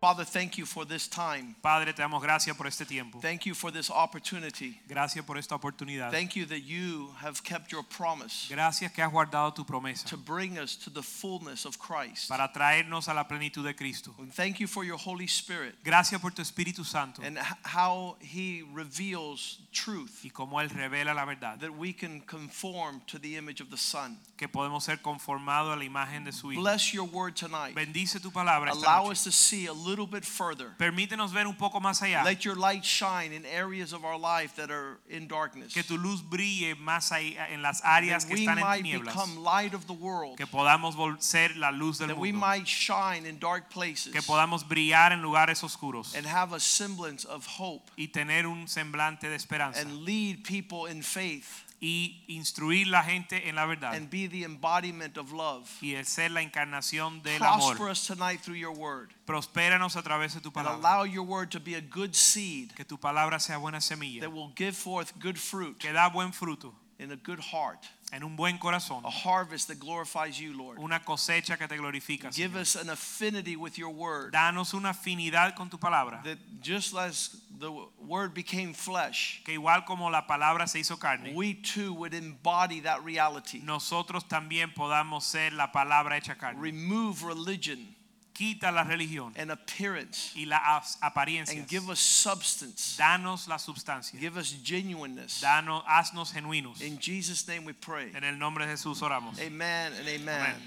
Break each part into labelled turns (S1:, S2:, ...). S1: Father, thank you for this time.
S2: Padre, te damos gracias por este tiempo.
S1: Thank you for this opportunity.
S2: Gracias por esta oportunidad.
S1: Thank you that you have kept your promise
S2: Gracias que has guardado tu
S1: to
S2: promesa
S1: bring us to the fullness of Christ.
S2: para traernos a la plenitud de Cristo.
S1: And thank you for your Holy Spirit
S2: Gracias por tu Espíritu Santo
S1: and h- how He reveals truth
S2: y cómo Él revela la verdad,
S1: that we can conform to the image of the Son.
S2: que podemos ser conformados a la imagen de su Hijo.
S1: Bless your word tonight.
S2: Bendice tu palabra. Esta
S1: Allow
S2: noche.
S1: us to see a little bit further.
S2: Permítenos ver un poco más allá,
S1: Let your light shine in areas of our life that are in darkness.
S2: que tu luz brille más ahí en las áreas
S1: That
S2: que
S1: we
S2: están en
S1: might
S2: tinieblas,
S1: become light of the world.
S2: que podamos vol- ser la luz del
S1: That we
S2: mundo,
S1: might shine in dark places.
S2: que podamos brillar en lugares oscuros
S1: and have a semblance of hope
S2: y tener un semblante de esperanza.
S1: and lead people in faith
S2: y instruir la gente en la verdad
S1: and be the embodiment of love.
S2: y el ser la encarnación del
S1: Prosper
S2: amor.
S1: us tonight through your word
S2: Prospéranos a través de tu
S1: and
S2: palabra.
S1: allow your word to be a good seed
S2: Que tu palabra sea buena semilla,
S1: that will give forth good fruit
S2: que da buen fruto
S1: in a good heart,
S2: en un buen corazón,
S1: a harvest that glorifies you, Lord.
S2: una cosecha que te glorifica.
S1: Give
S2: Señor.
S1: us an affinity with your word
S2: Danos una afinidad con tu palabra,
S1: that just as the word became flesh,
S2: que igual como la palabra se hizo carne,
S1: we too would embody that reality.
S2: nosotros también podamos ser la palabra hecha carne.
S1: Remove religion
S2: Quita la religión
S1: and appearance
S2: y la as- apariencia.
S1: and give us substance.
S2: Danos la sustancia.
S1: Give us genuineness.
S2: Danos, haznos genuinos.
S1: In Jesus' name we pray.
S2: En el nombre de Jesús oramos.
S1: Amen and amen.
S2: Amen.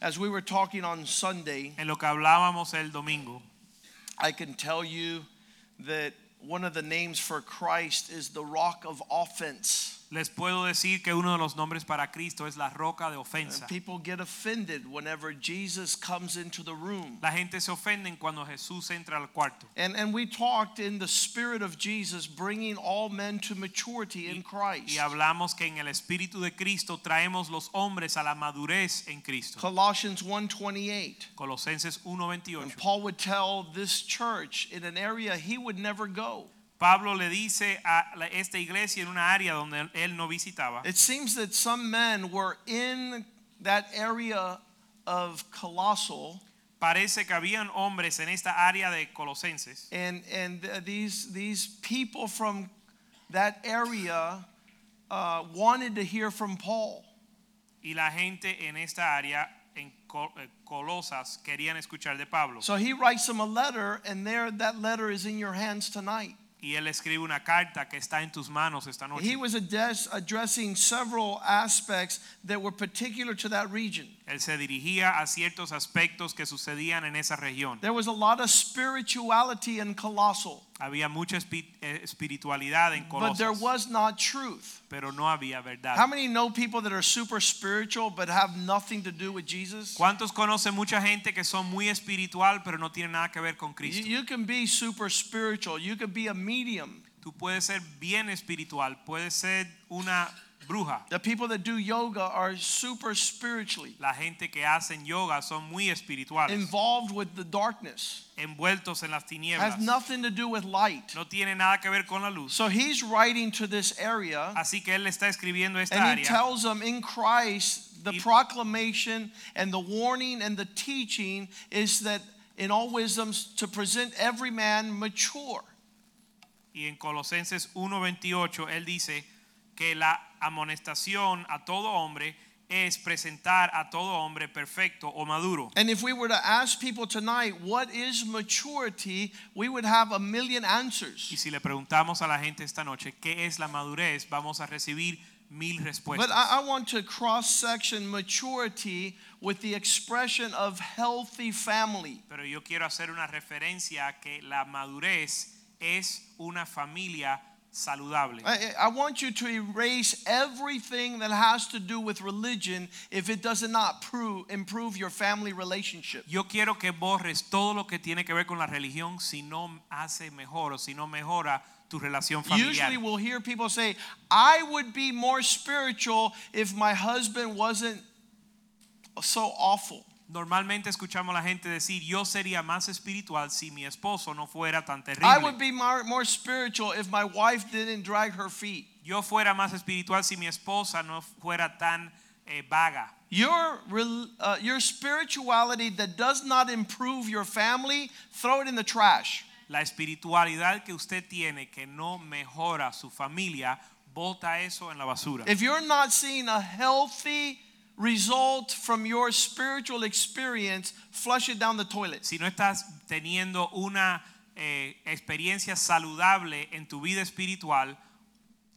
S1: As we were talking on Sunday,
S2: En lo que hablábamos el domingo,
S1: I can tell you that one of the names for Christ is the rock of offense.
S2: les puedo decir que uno de los nombres para Cristo es la roca de
S1: And
S2: ofensa.
S1: people get offended whenever Jesus comes into the room.
S2: La gente se ofende cuando Jesús entra al cuarto.
S1: And, and we talked in the spirit of Jesus bringing all men to maturity in Christ.
S2: Y hablamos que en el Espíritu de Cristo traemos los hombres a la madurez en Cristo.
S1: Colossians 1:28.
S2: Colosenses
S1: And
S2: 1:28.
S1: Paul would tell this church in an area he would never go.
S2: Pablo le dice a la- esta iglesia en una área donde él no visitaba.
S1: It seems that some men were in that area of Colossal,
S2: Parece que habían hombres en esta área de Colosenses.
S1: and and th- these these people from that area uh, wanted to hear from Paul,
S2: Y la gente en esta área, en Col- eh, Colosas, querían escuchar de Pablo.
S1: so he writes them a letter, and there that letter is in your hands tonight.
S2: Y él escribe una carta que está en tus manos esta noche.
S1: He was address, addressing several aspects that were particular to that region.
S2: él se dirigía a ciertos aspectos que sucedían en esa región.
S1: There was a lot of spirituality in Colossal,
S2: Había mucha espi- eh, espiritualidad en
S1: but there
S2: Colosas,
S1: was not truth.
S2: pero no había verdad.
S1: How many know people that are super spiritual but have nothing to do with Jesus?
S2: ¿Cuántos conocen mucha gente que son muy espiritual, pero no tienen nada que ver con
S1: You,
S2: Cristo?
S1: you can be super spiritual. You can be a medium.
S2: Tú puedes ser bien espiritual, puedes ser una bruja.
S1: The people that do yoga are super spiritually
S2: La gente que hacen yoga son muy espirituales,
S1: involved with the darkness.
S2: envueltos en las tinieblas.
S1: Has nothing to do with light.
S2: No tiene nada que ver con la luz.
S1: So he's writing to this area
S2: Así que él le está escribiendo esta
S1: and he
S2: área
S1: tells them in Christ the
S2: Y-
S1: proclamation and the warning and the teaching is that in all wisdoms to present every man mature.
S2: Y en Colosenses 1:28 él dice que la amonestación a todo hombre es presentar a todo hombre perfecto o maduro.
S1: And if we were to ask people tonight, what is maturity, we would have a million
S2: Y
S1: answers.
S2: si le preguntamos a la gente esta noche qué es la madurez, vamos a recibir mil
S1: But
S2: respuestas.
S1: I, I want to cross section maturity with the expression of healthy family.
S2: Pero yo quiero hacer una referencia a que la madurez es una familia saludable.
S1: I, I want you to erase everything that has to do with religion if it does not prove, improve your family relationship.
S2: Yo quiero que borres todo lo que tiene que ver con la religión si no hace mejor o si no mejora tu relación familiar.
S1: Usually we'll hear people say, I would be more spiritual if my husband wasn't so awful.
S2: Normalmente escuchamos a la gente decir, yo sería más espiritual si mi esposo no fuera tan
S1: I would
S2: terrible.
S1: be more, more spiritual if my wife didn't drag her feet.
S2: Yo fuera más espiritual si mi esposa no fuera tan eh, vaga.
S1: Your, rel- uh, your spirituality that does not improve your family, throw it in the trash.
S2: La espiritualidad que usted tiene que no mejora su familia, bota eso en la basura.
S1: If you're not seeing a healthy result from your spiritual experience, flush it down the toilet.
S2: si no estás teniendo una eh, experiencia saludable en tu vida espiritual,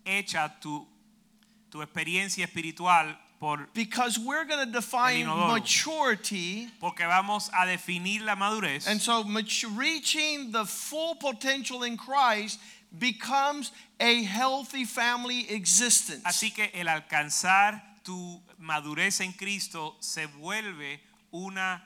S2: echa tu, tu experiencia espiritual por,
S1: Because we're going to define
S2: inodoro.
S1: maturity.
S2: porque vamos a definir la madurez.
S1: And so matu- reaching the full potential in Christ becomes a healthy family existence.
S2: Así que el alcanzar tu madurez en Cristo se vuelve una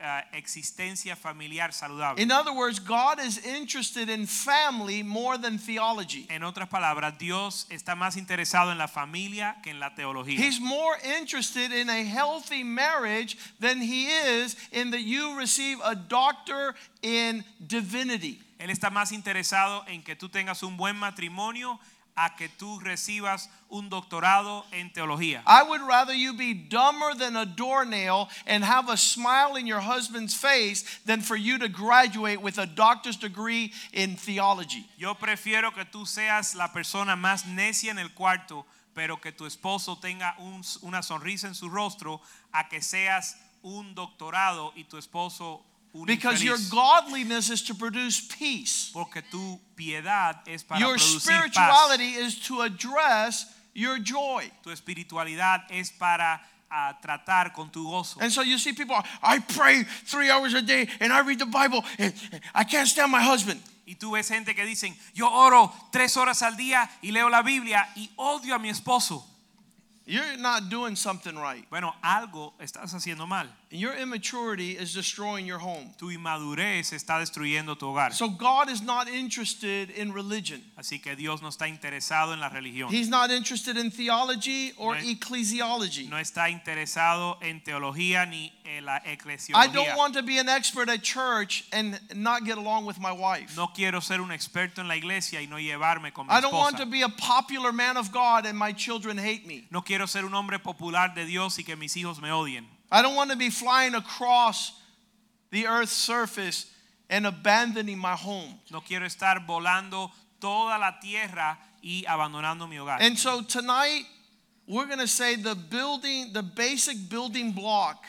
S2: ah, existencia familiar saludable.
S1: in other words, God is interested in family more than theology.
S2: en otras palabras, Dios está más interesado en la familia que en la teología.
S1: He's more interested in a healthy marriage than he is in that you receive a doctor in divinity.
S2: Él está más interesado en que tú tengas un buen matrimonio a que tú recibas un doctorado en teología.
S1: I would rather you be dumber than a doornail and have a smile in your husband's face than for you to graduate with a doctor's degree in theology.
S2: Yo prefiero que tú seas la persona más necia en el cuarto, pero que tu esposo tenga un- una sonrisa en su rostro, a que seas un doctorado y tu esposo un
S1: Because your
S2: infeliz.
S1: godliness is to produce peace.
S2: Porque tu piedad es para
S1: Your
S2: producir paz.
S1: spirituality is to address your joy.
S2: Tu espiritualidad es para ah, tratar con tu gozo.
S1: And so you see people, I pray three hours a day and I read the Bible and I can't stand my husband.
S2: Y tú ves gente que dicen, yo oro tres horas al día y leo la Biblia y odio a mi esposo.
S1: You're not doing something right.
S2: Bueno, algo estás haciendo mal.
S1: Your immaturity is destroying your home.
S2: Tu inmadurez está destruyendo tu hogar.
S1: So God is not interested in religion.
S2: Así que Dios no está interesado en la religión.
S1: He's not interested in theology or
S2: No es-
S1: ecclesiology.
S2: No está interesado en teología ni en la
S1: I don't
S2: eclesiología.
S1: want to be an expert at church and not get along with my wife.
S2: No quiero ser un experto en la iglesia y no llevarme con mi
S1: I don't want to
S2: esposa.
S1: be a popular man of God and my children hate me.
S2: No quiero ser un hombre popular de Dios y que mis hijos me odien.
S1: I don't want to be flying across the earth's surface and abandoning my home.
S2: No quiero estar volando toda la tierra y abandonando mi hogar.
S1: And so tonight we're going to say the building the basic building block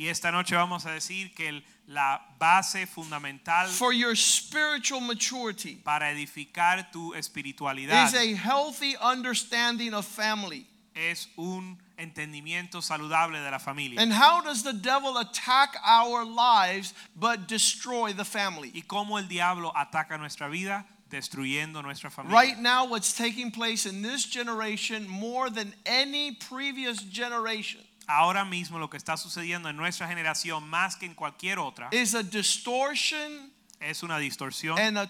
S2: Y esta noche vamos a decir que el- la base fundamental
S1: for your spiritual maturity
S2: para edificar tu espiritualidad
S1: is a healthy understanding of family.
S2: es un entendimiento saludable de la familia.
S1: And how does the devil attack our lives but destroy the family?
S2: y cómo el diablo ataca nuestra vida destruyendo nuestra familia.
S1: Right now, what's taking place in this generation more than any previous generation
S2: Ahora mismo lo que está sucediendo en nuestra generación más que en cualquier otra
S1: is a distortion
S2: es una distorsión
S1: and a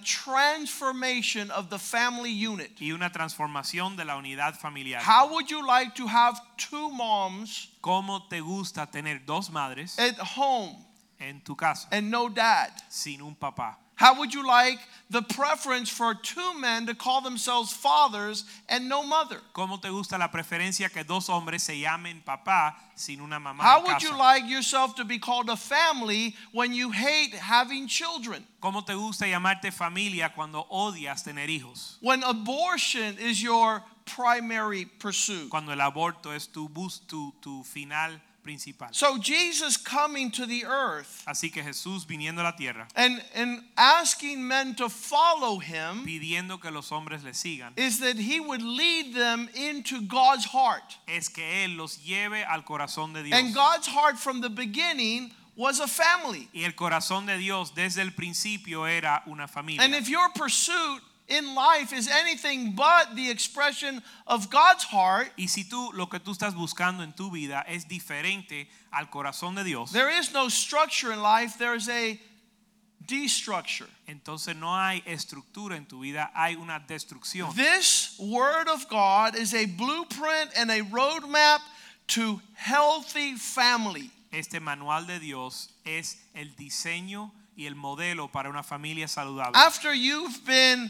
S1: transformation of the family unit.
S2: y una transformación de la unidad familiar.
S1: How would you like to have two moms
S2: ¿Cómo te gusta tener dos madres
S1: at home
S2: en tu casa
S1: and no dad?
S2: sin un papá?
S1: How would you like the preference for two men to call themselves fathers and no mother?
S2: ¿Cómo te gusta la preferencia que dos hombres se llamen papá sin una mamá
S1: How
S2: en
S1: would
S2: casa?
S1: you like yourself to be called a family when you hate having children?
S2: ¿Cómo te gusta llamarte familia cuando odias tener hijos?
S1: When abortion is your primary pursuit.
S2: Cuando el aborto es tu bus, tu, tu final principal.
S1: So Jesus coming to the earth
S2: Así que Jesús viniendo a la tierra,
S1: and, and asking men to follow him
S2: pidiendo que los hombres le sigan,
S1: is that he would lead them into God's heart.
S2: es que Él los lleve al corazón de Dios.
S1: And God's heart from the beginning was a family.
S2: Y el corazón de Dios desde el principio era una familia.
S1: And if your pursuit in life is anything but the expression of God's heart,
S2: Y si tú lo que tú estás buscando en tu vida es diferente al corazón de Dios,
S1: there is no structure in life, there is a destructure.
S2: entonces no hay estructura en tu vida, hay una destrucción.
S1: This word of God is a blueprint and a roadmap to healthy family.
S2: Este manual de Dios es el diseño y el modelo para una familia saludable.
S1: After you've been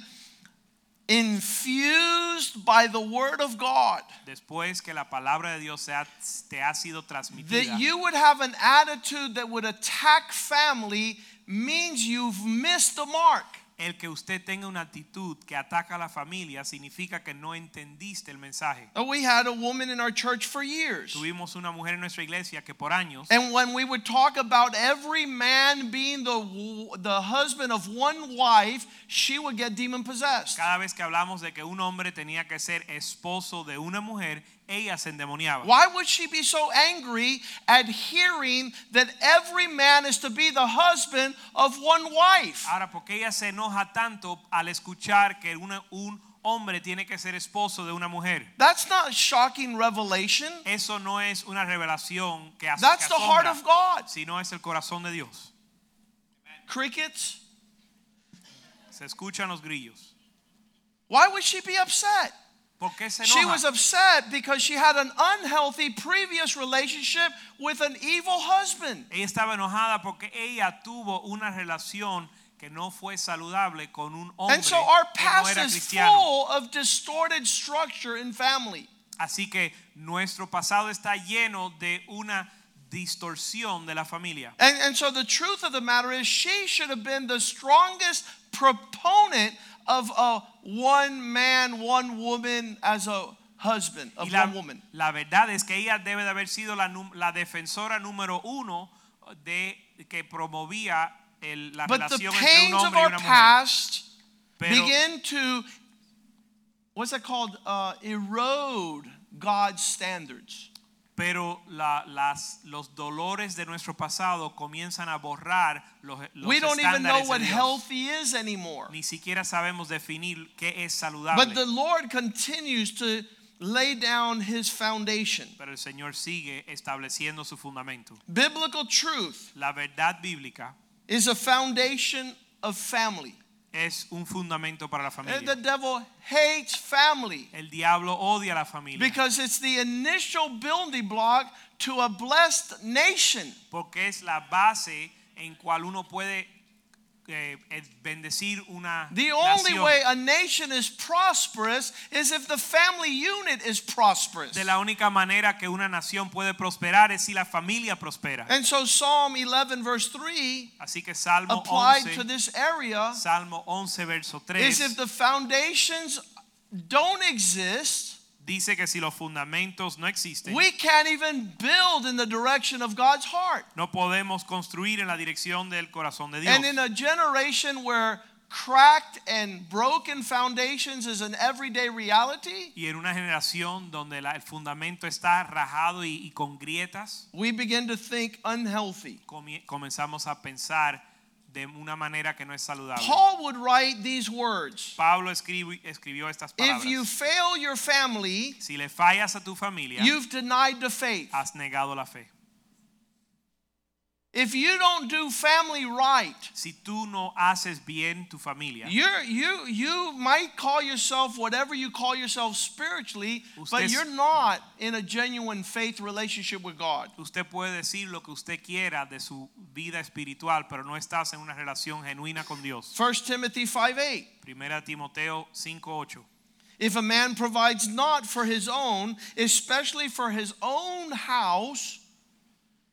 S1: infused by the word of God,
S2: Después que la palabra de Dios sea- te ha sido transmitida,
S1: that you would have an attitude that would attack family means you've missed the mark.
S2: el que usted tenga una actitud que ataca a la familia significa que no entendiste el mensaje.
S1: And We had a woman in our church for years.
S2: Tuvimos una mujer en nuestra iglesia que por años
S1: And when we would talk about every man being the, w- the husband of one wife, she would get demon possessed.
S2: Cada vez que hablamos de que un hombre tenía que ser esposo de una mujer, ella se endemoniaba.
S1: Why would she be so angry at hearing that every man is to be the husband of one wife?
S2: Ahora, porque ella se enoja tanto al escuchar que una- un hombre tiene que ser esposo de una mujer?
S1: That's not shocking revelation.
S2: Eso no es una revelación que hace
S1: That's the heart of God.
S2: sino es el corazón de Dios.
S1: Crickets.
S2: Se escuchan los grillos.
S1: Why would she be upset?
S2: ¿Por qué se
S1: She was
S2: enoja?
S1: upset because she had an unhealthy previous relationship with an evil husband.
S2: Ella estaba enojada porque ella tuvo una relación que no fue saludable con un hombre
S1: And so our
S2: que no
S1: past
S2: era
S1: is
S2: cristiano.
S1: full of distorted structure in family.
S2: Así que nuestro pasado está lleno de una distorsión de la familia.
S1: And, and so the truth of the matter is, she should have been the strongest proponent of a one man, one woman as a husband,
S2: Y
S1: of
S2: la,
S1: one woman.
S2: la verdad es que ella debe de haber sido la, num- la defensora número uno de que promovía el- la
S1: But the
S2: relación entre un
S1: pains of
S2: hombre y
S1: our
S2: una mujer.
S1: past
S2: Pero
S1: begin to, what's that called? Uh, erode God's standards.
S2: pero la- las, los dolores de nuestro pasado comienzan a borrar los, los
S1: we don't even know
S2: estándares
S1: what
S2: de Dios.
S1: healthy is anymore.
S2: Ni siquiera sabemos definir qué es saludable.
S1: But the Lord continues to lay down his foundation.
S2: pero el Señor sigue estableciendo su fundamento.
S1: Biblical truth
S2: La verdad bíblica
S1: is a foundation of family.
S2: es un fundamento para la
S1: And the
S2: familia.
S1: devil hates family
S2: El diablo odia a la familia
S1: because it's the initial building block to a blessed nation.
S2: porque es la base en cual uno puede eh, eh, bendecir una
S1: The only
S2: nación.
S1: way a nation is prosperous is if the family unit is prosperous.
S2: De la única manera que una nación puede prosperar es si la familia prospera.
S1: And so Psalm 11 verse 3
S2: Así que Salmo
S1: applied to
S2: 11,
S1: this area
S2: Salmo 11 verso
S1: is if
S2: 3
S1: the foundations don't exist,
S2: dice que si los fundamentos no existen,
S1: we can't even build in the direction of God's heart.
S2: no podemos construir en la dirección del corazón de Dios.
S1: And in a generation where cracked and broken foundations is an everyday reality,
S2: Y en una generación donde la- el fundamento está rajado y- y con grietas,
S1: we begin to think unhealthy.
S2: comie- comenzamos a pensar de una manera que no es saludable.
S1: Paul would write these words
S2: Pablo escribi- escribió estas
S1: If you
S2: palabras.
S1: fail your family,
S2: Si le fallas a tu familia,
S1: you've denied the faith.
S2: has negado la fe.
S1: If you don't do family right,
S2: Si tú no haces bien tu familia,
S1: You're, you you might call yourself whatever you call yourself spiritually, but
S2: Usted-
S1: you're not in a genuine faith relationship with God.
S2: usted puede decir lo que usted quiera de su vida espiritual, pero no estás en una relación genuina con Dios.
S1: 1 Timothy 5:8.
S2: Primera Timoteo 5:8.
S1: If a man provides not for his own, especially for his own house,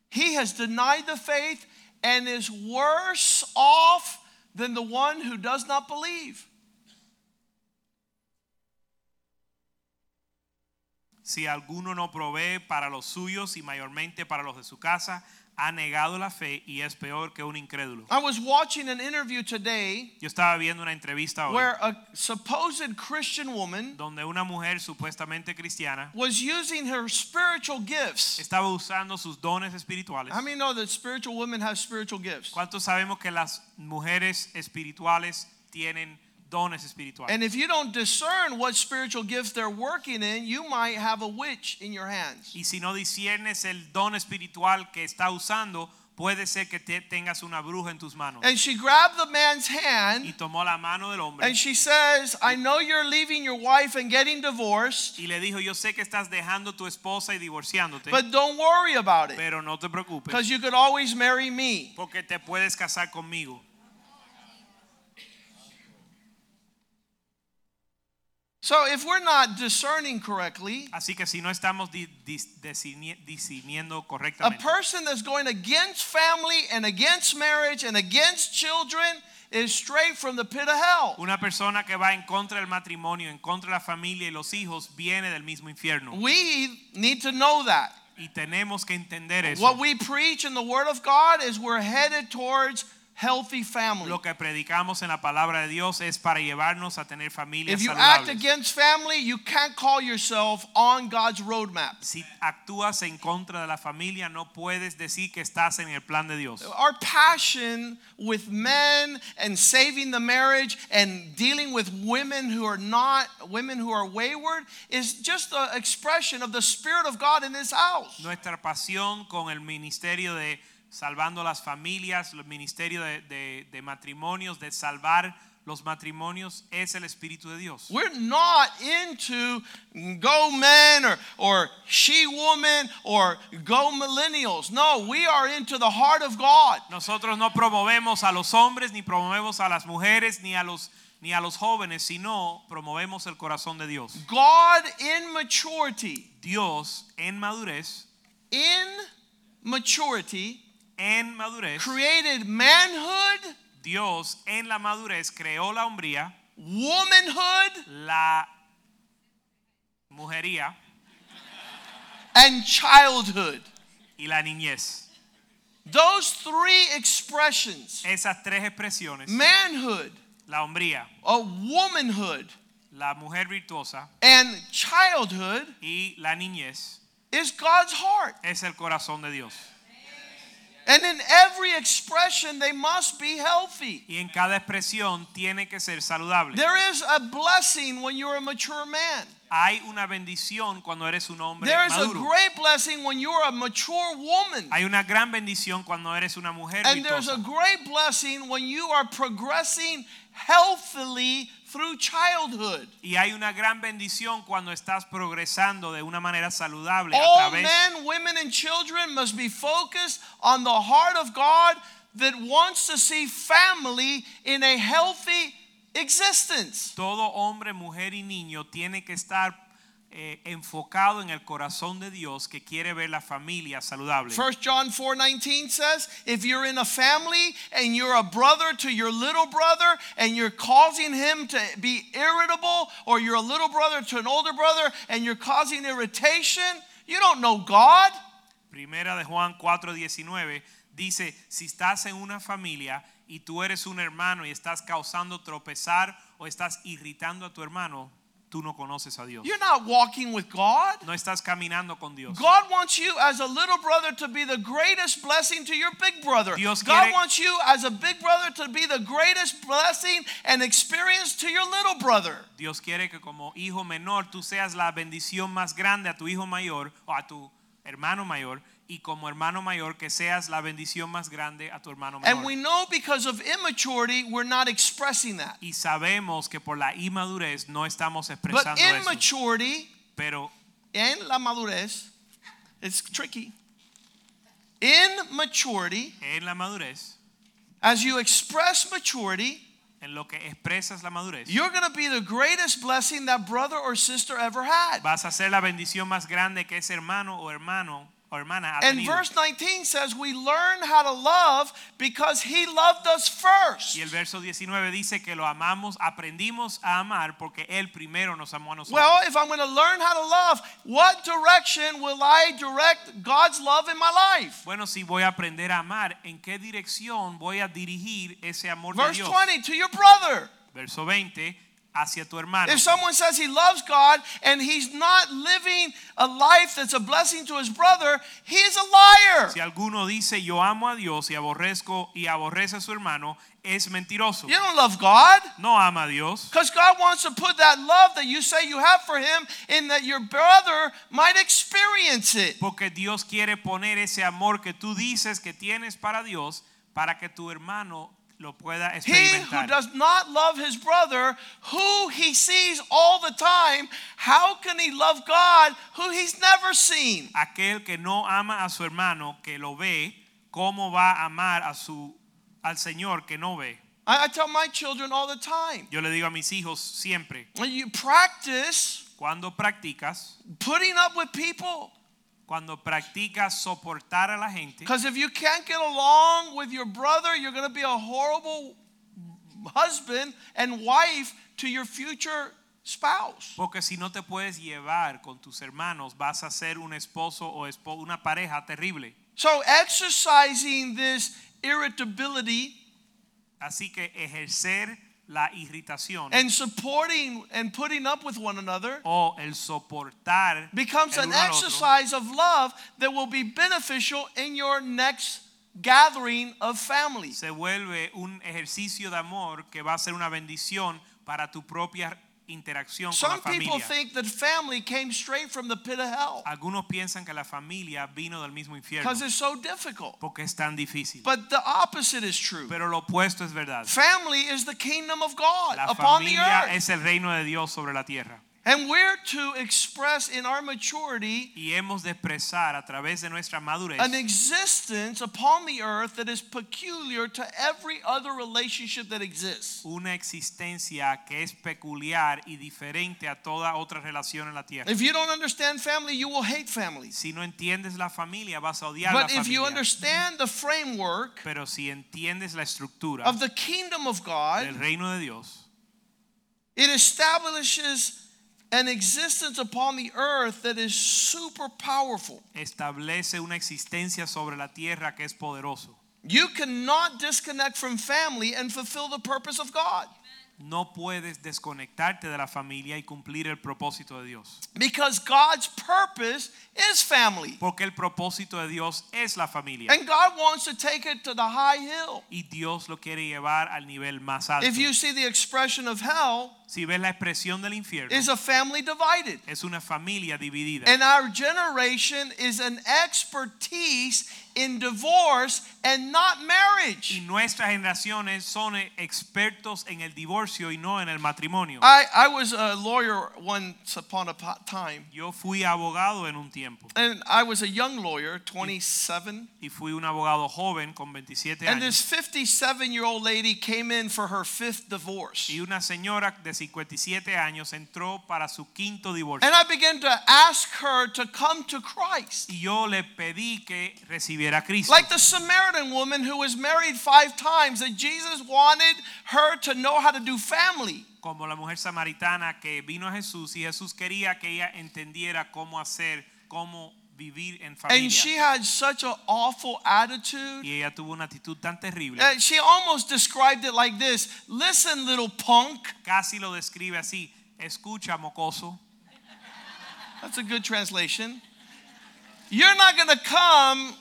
S1: he has denied the faith and is worse off than the one who does not believe.
S2: Si alguno no provee para los suyos y mayormente para los de su casa, ha negado la fe y es peor que un incrédulo.
S1: I was watching an interview today
S2: Yo estaba viendo una entrevista hoy.
S1: where a supposed Christian woman
S2: donde una mujer supuestamente cristiana
S1: was using her spiritual gifts.
S2: estaba usando sus dones espirituales.
S1: How many know that spiritual women have spiritual gifts?
S2: ¿Cuántos sabemos que las mujeres espirituales tienen dones espirituales.
S1: And if you don't discern what spiritual gifts they're working in, you might have a witch in your hands.
S2: Y si no disciernes el don espiritual que está usando, puede ser que te tengas una bruja en tus manos.
S1: And she grabbed the man's
S2: Y
S1: hand
S2: tomó la mano del hombre
S1: and she says, I know you're leaving your wife and getting divorced,
S2: y le dijo, yo sé que estás dejando tu esposa y divorciándote,
S1: but don't worry about it
S2: pero no te preocupes,
S1: because you could always marry me.
S2: porque te puedes casar conmigo.
S1: So if we're not discerning correctly,
S2: Así que si no estamos di- dis- discerni- discerniendo
S1: a
S2: correctamente,
S1: person that's going against family and against marriage and against children is straight from the pit of hell.
S2: una persona que va en contra del matrimonio, en contra de la familia y los hijos, viene del mismo infierno.
S1: We need to know that.
S2: Y tenemos que entender eso.
S1: What we preach in the Word of God is we're headed towards healthy family.
S2: Lo que predicamos en la palabra de Dios es para llevarnos a tener familias
S1: If you act
S2: saludables.
S1: against family, you can't call yourself on God's roadmap.
S2: Si actúas en contra de la familia, no puedes decir que estás en el plan de Dios.
S1: Our passion with men and saving the marriage and dealing with women who are not women who are wayward is just an expression of the Spirit of God in this house.
S2: Nuestra pasión con el ministerio de salvando las familias, el ministerio de, de- de matrimonios, de salvar los matrimonios, es el Espíritu de Dios.
S1: We're not into go men or, or she woman or go millennials. No, we are into the heart of God.
S2: Nosotros no promovemos a los hombres, ni promovemos a las mujeres, ni a los, ni a los jóvenes, sino promovemos el corazón de Dios.
S1: God in maturity,
S2: Dios en madurez,
S1: in maturity,
S2: en madurez,
S1: created manhood,
S2: Dios en la madurez creó la hombría,
S1: womanhood,
S2: la mujería
S1: and childhood.
S2: y la niñez.
S1: Those three expressions
S2: Esas tres expresiones,
S1: manhood,
S2: la hombría,
S1: a womanhood,
S2: la mujer virtuosa
S1: and childhood
S2: y la niñez,
S1: is God's heart.
S2: es el corazón de Dios.
S1: And in every expression, they must be healthy.
S2: Y en cada expresión tiene que ser saludable.
S1: There is a blessing when you're a mature man.
S2: Hay una bendición cuando eres un hombre
S1: There is a
S2: maduro.
S1: great blessing when you're a mature woman.
S2: Hay una gran bendición cuando eres una mujer
S1: And there's a
S2: virtuosa.
S1: great blessing when you are progressing healthily through childhood.
S2: Y hay una gran bendición cuando estás progresando de una manera saludable a
S1: All
S2: través
S1: men, women, and children must be focused on the heart of God that wants to see family in a healthy existence.
S2: Todo hombre, mujer y niño tiene que estar eh, enfocado en el corazón de Dios que quiere ver la familia saludable.
S1: 1 John 4:19 says, if you're in a family and you're a brother to your little brother and you're causing him to be irritable or you're a little brother to an older brother and you're causing irritation, you don't know God.
S2: Primera de Juan 4:19 dice, si estás en una familia y tú eres un hermano y estás causando tropezar o estás irritando a tu hermano, tú no conoces a Dios.
S1: You're not walking with God.
S2: No estás caminando con Dios.
S1: God wants you as a little brother to be the greatest blessing to your big brother.
S2: Dios
S1: God
S2: quiere-
S1: wants you as a big brother to be the greatest blessing and experience to your little brother.
S2: Dios quiere que como hijo menor tú seas la bendición más grande a tu hijo mayor o a tu hermano mayor y como hermano mayor que seas la bendición más grande a tu hermano
S1: And we
S2: menor.
S1: know because of immaturity, we're not expressing that.
S2: Y sabemos que por la inmadurez no estamos
S1: But
S2: expresando
S1: in
S2: eso,
S1: maturity,
S2: pero
S1: en la madurez, it's tricky. In maturity,
S2: en la madurez,
S1: as you express maturity,
S2: en lo que expresas la madurez,
S1: you're going to be the greatest blessing that brother or sister ever had.
S2: vas a ser la bendición más grande que ese hermano o hermano o hermana ha
S1: And
S2: tenido.
S1: verse 19 says, We learn how to love because he loved us first.
S2: Y el verso 19 dice que lo amamos, aprendimos a amar porque él primero nos amó a nosotros.
S1: Well, if I'm going to learn how to love, what direction will I direct God's love in my life?
S2: Bueno, si voy a aprender a amar, ¿en qué dirección voy a dirigir ese amor de
S1: Verse
S2: Dios?
S1: 20, to your brother.
S2: Verso 20, hacia tu hermano.
S1: If someone says he loves God and he's not living a life that's a blessing to his brother, he is a liar.
S2: Si alguno dice yo amo a Dios y aborrezco y aborrece a su hermano, es mentiroso.
S1: You don't love God.
S2: No ama a Dios.
S1: Because God wants to put that love that you say you have for Him in that your brother might experience it.
S2: Porque Dios quiere poner ese amor que tú dices que tienes para Dios para que tu hermano lo pueda
S1: He who
S2: experimentar.
S1: does not love his brother, who he sees all the time, how can he love God who he's never seen?
S2: Aquel que no ama a su hermano, que lo ve, ¿cómo va a amar a su al Señor que no ve?
S1: I, I tell my children all the time
S2: Yo le digo a mis hijos siempre,
S1: when you practice
S2: cuando practicas,
S1: putting up with people.
S2: cuando practicas soportar a la gente,
S1: Because if you can't get along with your brother, you're going to be a horrible husband and wife to your future spouse.
S2: porque si no te puedes llevar con tus hermanos, vas a ser un esposo o espo- una pareja terrible.
S1: So, exercising this irritability
S2: Así que ejercer la irritación
S1: and supporting and putting up with one another
S2: o el soportar
S1: becomes
S2: el
S1: an
S2: uno al otro
S1: exercise of love that will be beneficial in your next gathering of families.
S2: se vuelve un ejercicio de amor que va a ser una bendición para tu propia interacción con
S1: Some
S2: la
S1: people
S2: familia.
S1: think that family came straight from the pit of hell
S2: Algunos piensan que la familia vino del mismo infierno
S1: because it's so difficult.
S2: porque es tan difícil.
S1: But the opposite is true.
S2: Pero lo opuesto es verdad.
S1: Family is the kingdom of God
S2: La
S1: upon the
S2: familia
S1: earth.
S2: es el reino de Dios sobre la tierra.
S1: And we're to express in our maturity
S2: Y hemos de expresar a través de nuestra madurez
S1: an existence upon the earth that is peculiar to every other relationship that exists.
S2: una existencia que es peculiar y diferente a toda otra relación en la tierra.
S1: If you don't understand family, you will hate families.
S2: Si no entiendes la familia, vas a odiar
S1: But
S2: la
S1: if you
S2: familia.
S1: understand the framework
S2: Pero si entiendes la estructura
S1: of the kingdom of God,
S2: del reino de Dios,
S1: it establishes an existence upon the earth that is super powerful.
S2: establece una existencia sobre la tierra que es poderoso.
S1: You cannot disconnect from family and fulfill the purpose of God.
S2: No puedes desconectarte de la familia y cumplir el propósito de Dios.
S1: Because God's purpose is family.
S2: Porque el propósito de Dios es la familia.
S1: And God wants to take it to the high hill.
S2: Y Dios lo quiere llevar al nivel más alto.
S1: If you see the expression of hell,
S2: Si ves la expresión del infierno,
S1: is a family divided.
S2: es una familia dividida.
S1: And our generation is an expertise in divorce and not
S2: y
S1: marriage.
S2: nuestras generaciones son eh, expertos en el divorcio y no en el matrimonio.
S1: I, I was a lawyer once upon a po- time,
S2: Yo fui abogado en un tiempo
S1: and I was a young lawyer, 27.
S2: y fui un abogado joven con 27
S1: And this
S2: años.
S1: 57 year old lady came in for her fifth divorce.
S2: Y una señora de 57 años entró para su quinto divorcio.
S1: And I began to ask her to come to Christ.
S2: Y yo le pedí que recibiera a Cristo.
S1: Like the Samaritan woman who was married five times, that Jesus wanted her to know how to do family.
S2: Como la mujer samaritana que vino a Jesús y Jesús quería que ella entendiera cómo hacer, cómo vivir en
S1: And she
S2: familia.
S1: had such an awful attitude.
S2: Y ella tuvo una actitud tan terrible.
S1: Uh, she almost described it like this Listen, little punk.
S2: Casi lo describe así. Escucha, mocoso.
S1: That's a good translation. You're not going to come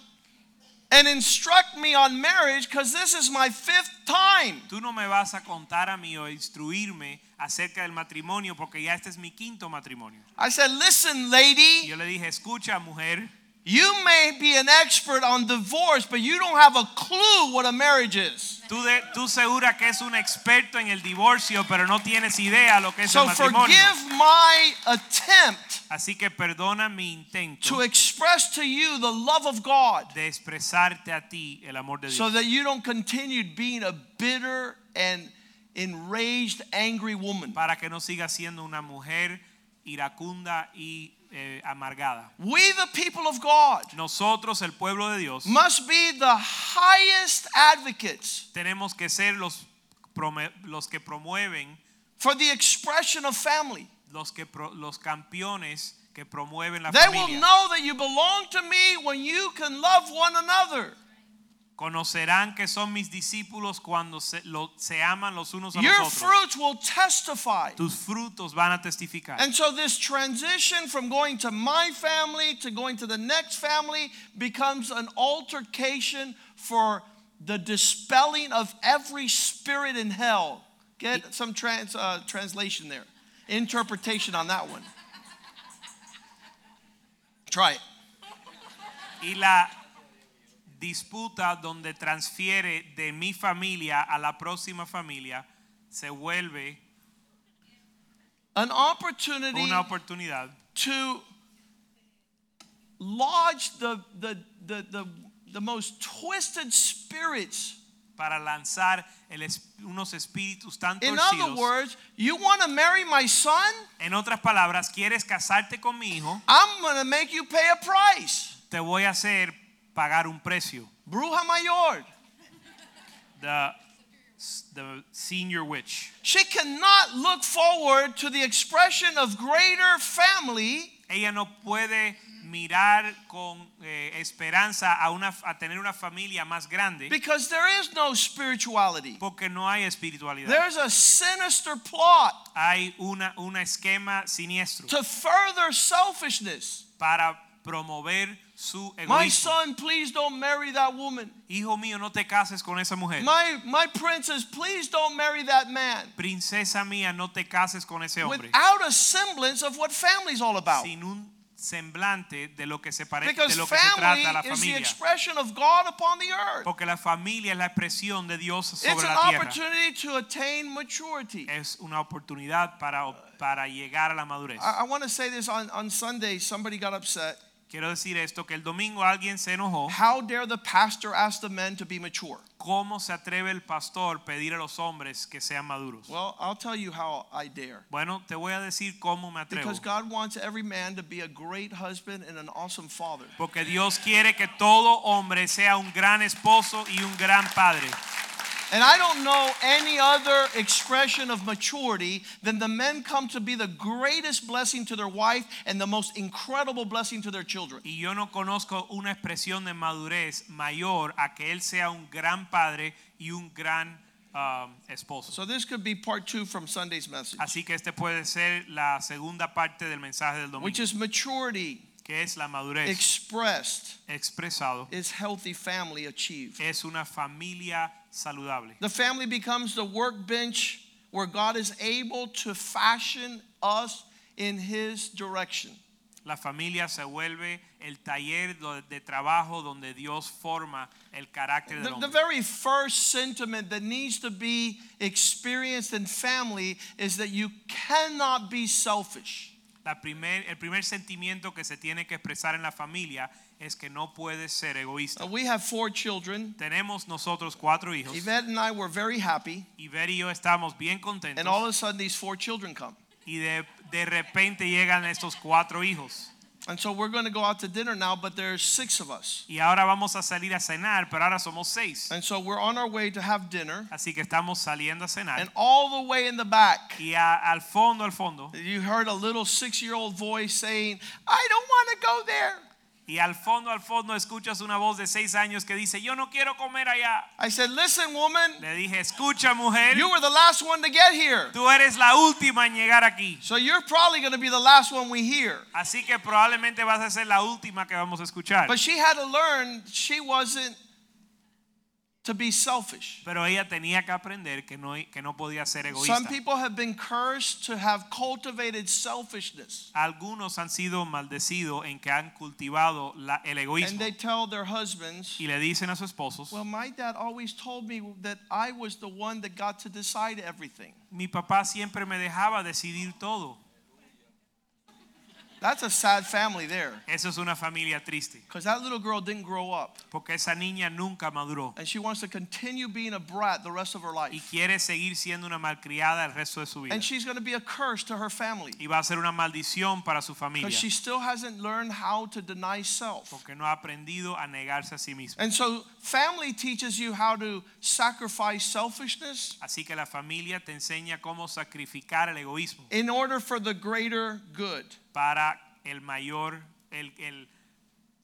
S1: and instruct me on marriage because this is my fifth time.
S2: Tú no me vas a contar a mí o instruirme acerca del matrimonio porque ya este es mi quinto matrimonio.
S1: I said, Listen,
S2: Y
S1: lady.
S2: yo le dije, escucha mujer,
S1: You may be an expert on divorce, but you don't have a clue what a marriage is.
S2: tú, de, tú segura que es un experto en el divorcio, pero no tienes idea lo que es
S1: So
S2: el matrimonio.
S1: forgive my attempt
S2: Así que perdona mi intento
S1: to express to you the love of God
S2: de expresarte a ti el amor de Dios.
S1: so that you don't continue being a bitter and enraged, angry woman.
S2: para que no siga siendo una mujer iracunda y eh, amargada.
S1: We, the people of God,
S2: Nosotros, el pueblo de Dios,
S1: must be the highest advocates
S2: tenemos que ser los, prome- los que promueven,
S1: for the expression of family.
S2: los, que pro- los campeones que promueven la
S1: They will
S2: familia.
S1: know that you belong to me when you can love one another.
S2: Conocerán que son mis discípulos cuando se, lo- se aman los unos a los
S1: Your
S2: otros.
S1: fruits will testify.
S2: Tus frutos van a testificar.
S1: And so this transition from going to my family to going to the next family becomes an altercation for the dispelling of every spirit in hell. Get some trans, uh, translation there, interpretation on that one. Try it.
S2: y la disputa donde transfiere de mi familia a la próxima familia se vuelve
S1: An opportunity
S2: una oportunidad
S1: to lodge the, the, the, the, the most twisted spirits.
S2: para lanzar el es- unos espíritus tan
S1: In other
S2: torcidos.
S1: words, you want to marry my son?
S2: En otras palabras, quieres casarte con mi hijo,
S1: I'm going to make you pay a price.
S2: te voy a hacer pagar un precio.
S1: Bruja mayor.
S2: The, the senior witch.
S1: She cannot look forward to the expression of greater family
S2: Ella no puede mirar con eh, esperanza a, una, a tener una familia más grande
S1: because there is no spirituality.
S2: porque no hay espiritualidad.
S1: There's a sinister plot
S2: hay una, un esquema siniestro
S1: to further selfishness.
S2: para promover su
S1: My
S2: egoísmo.
S1: son, please don't marry that woman.
S2: Hijo mío, no te cases con esa mujer.
S1: My, my princess, please don't marry that man.
S2: Princesa mía, no te cases con ese hombre.
S1: Without a semblance of what family's all about.
S2: Sin un semblante de lo que se parece,
S1: Because
S2: de lo que se
S1: family
S2: trata la
S1: is the
S2: familia.
S1: expression of God upon the earth.
S2: Porque la familia es la expresión de Dios
S1: It's
S2: sobre
S1: an
S2: la tierra.
S1: opportunity to attain maturity.
S2: Es una oportunidad para, para llegar a la madurez.
S1: I, I want to say this on, on Sunday, somebody got upset.
S2: Quiero decir esto, que el domingo alguien se enojó.
S1: How dare the pastor ask the men to be mature?
S2: ¿Cómo se atreve el pastor pedir a los hombres que sean maduros?
S1: Well, I'll tell you how I dare.
S2: Bueno, te voy a decir cómo me atrevo.
S1: Because God wants every man to be a great husband and an awesome father.
S2: Porque Dios quiere que todo hombre sea un gran esposo y un gran padre.
S1: And I don't know any other expression of maturity than the men come to be the greatest blessing to their wife and the most incredible blessing to their children.
S2: Y yo no conozco una expresión de madurez mayor a que él sea un gran padre y un gran um, esposo.
S1: So this could be part two from Sunday's message,
S2: Así que este puede ser la segunda parte del mensaje del
S1: which
S2: domingo,
S1: is maturity
S2: que es la madurez
S1: expressed
S2: expresado.
S1: is healthy family achieved.
S2: Es una familia saludable.
S1: The family becomes the workbench where God is able to fashion us in His direction.
S2: La familia se vuelve el taller do- de trabajo donde Dios forma el carácter del
S1: The, the
S2: hombre.
S1: very first sentiment that needs to be experienced in family is that you cannot be selfish.
S2: La primer- el primer sentimiento que se tiene que expresar en la familia es que no puedes ser egoísta.
S1: Now, we have four children.
S2: Tenemos nosotros cuatro hijos.
S1: Yvette and I were very happy,
S2: Iber y yo estamos bien
S1: and all
S2: contentos.
S1: of a sudden, these four children come.
S2: Y de, de repente llegan estos cuatro hijos.
S1: And so we're going to go out to dinner now, but there's six of us.
S2: Y ahora vamos a salir a cenar, pero ahora somos seis.
S1: And so we're on our way to have dinner,
S2: Así que estamos saliendo a
S1: and
S2: cenar.
S1: all the way in the back,
S2: Y a- al fondo, al fondo.
S1: you heard a little six year old voice saying, I don't want to go there.
S2: Y al fondo, al fondo escuchas una voz de seis años que dice, yo no quiero comer allá.
S1: I said, Listen, woman,
S2: Le dije, escucha mujer,
S1: you were the last one to get here.
S2: tú eres la última en llegar aquí.
S1: So you're probably going to be the last one we hear.
S2: Así que probablemente vas a ser la última que vamos a escuchar.
S1: But she had to learn she wasn't to be selfish.
S2: Pero ella tenía que aprender que no, que no podía ser
S1: Some
S2: egoísta.
S1: people have been cursed to have cultivated selfishness.
S2: Algunos han sido maldecidos en que han cultivado la- el
S1: And
S2: egoísmo
S1: they tell their husbands,
S2: y le dicen a sus esposos,
S1: Well, my dad always told me that I was the one that got to decide everything.
S2: mi papá siempre me dejaba decidir todo.
S1: That's a sad family there.
S2: Eso es una familia triste,
S1: Because that little girl didn't grow up.
S2: porque esa niña nunca maduró
S1: And she wants to continue being a brat the rest of her
S2: y
S1: life.
S2: quiere seguir siendo una malcriada el resto de su vida.
S1: And she's going to be a curse to her family.
S2: Y va a ser una maldición para su
S1: Because
S2: familia,
S1: she still hasn't learned how to deny self.
S2: porque no ha aprendido a negarse a sí mismo.
S1: And so, family teaches you how to sacrifice selfishness
S2: Así que la familia te enseña cómo sacrificar el egoísmo
S1: in order for the greater good.
S2: para el mayor, el, el-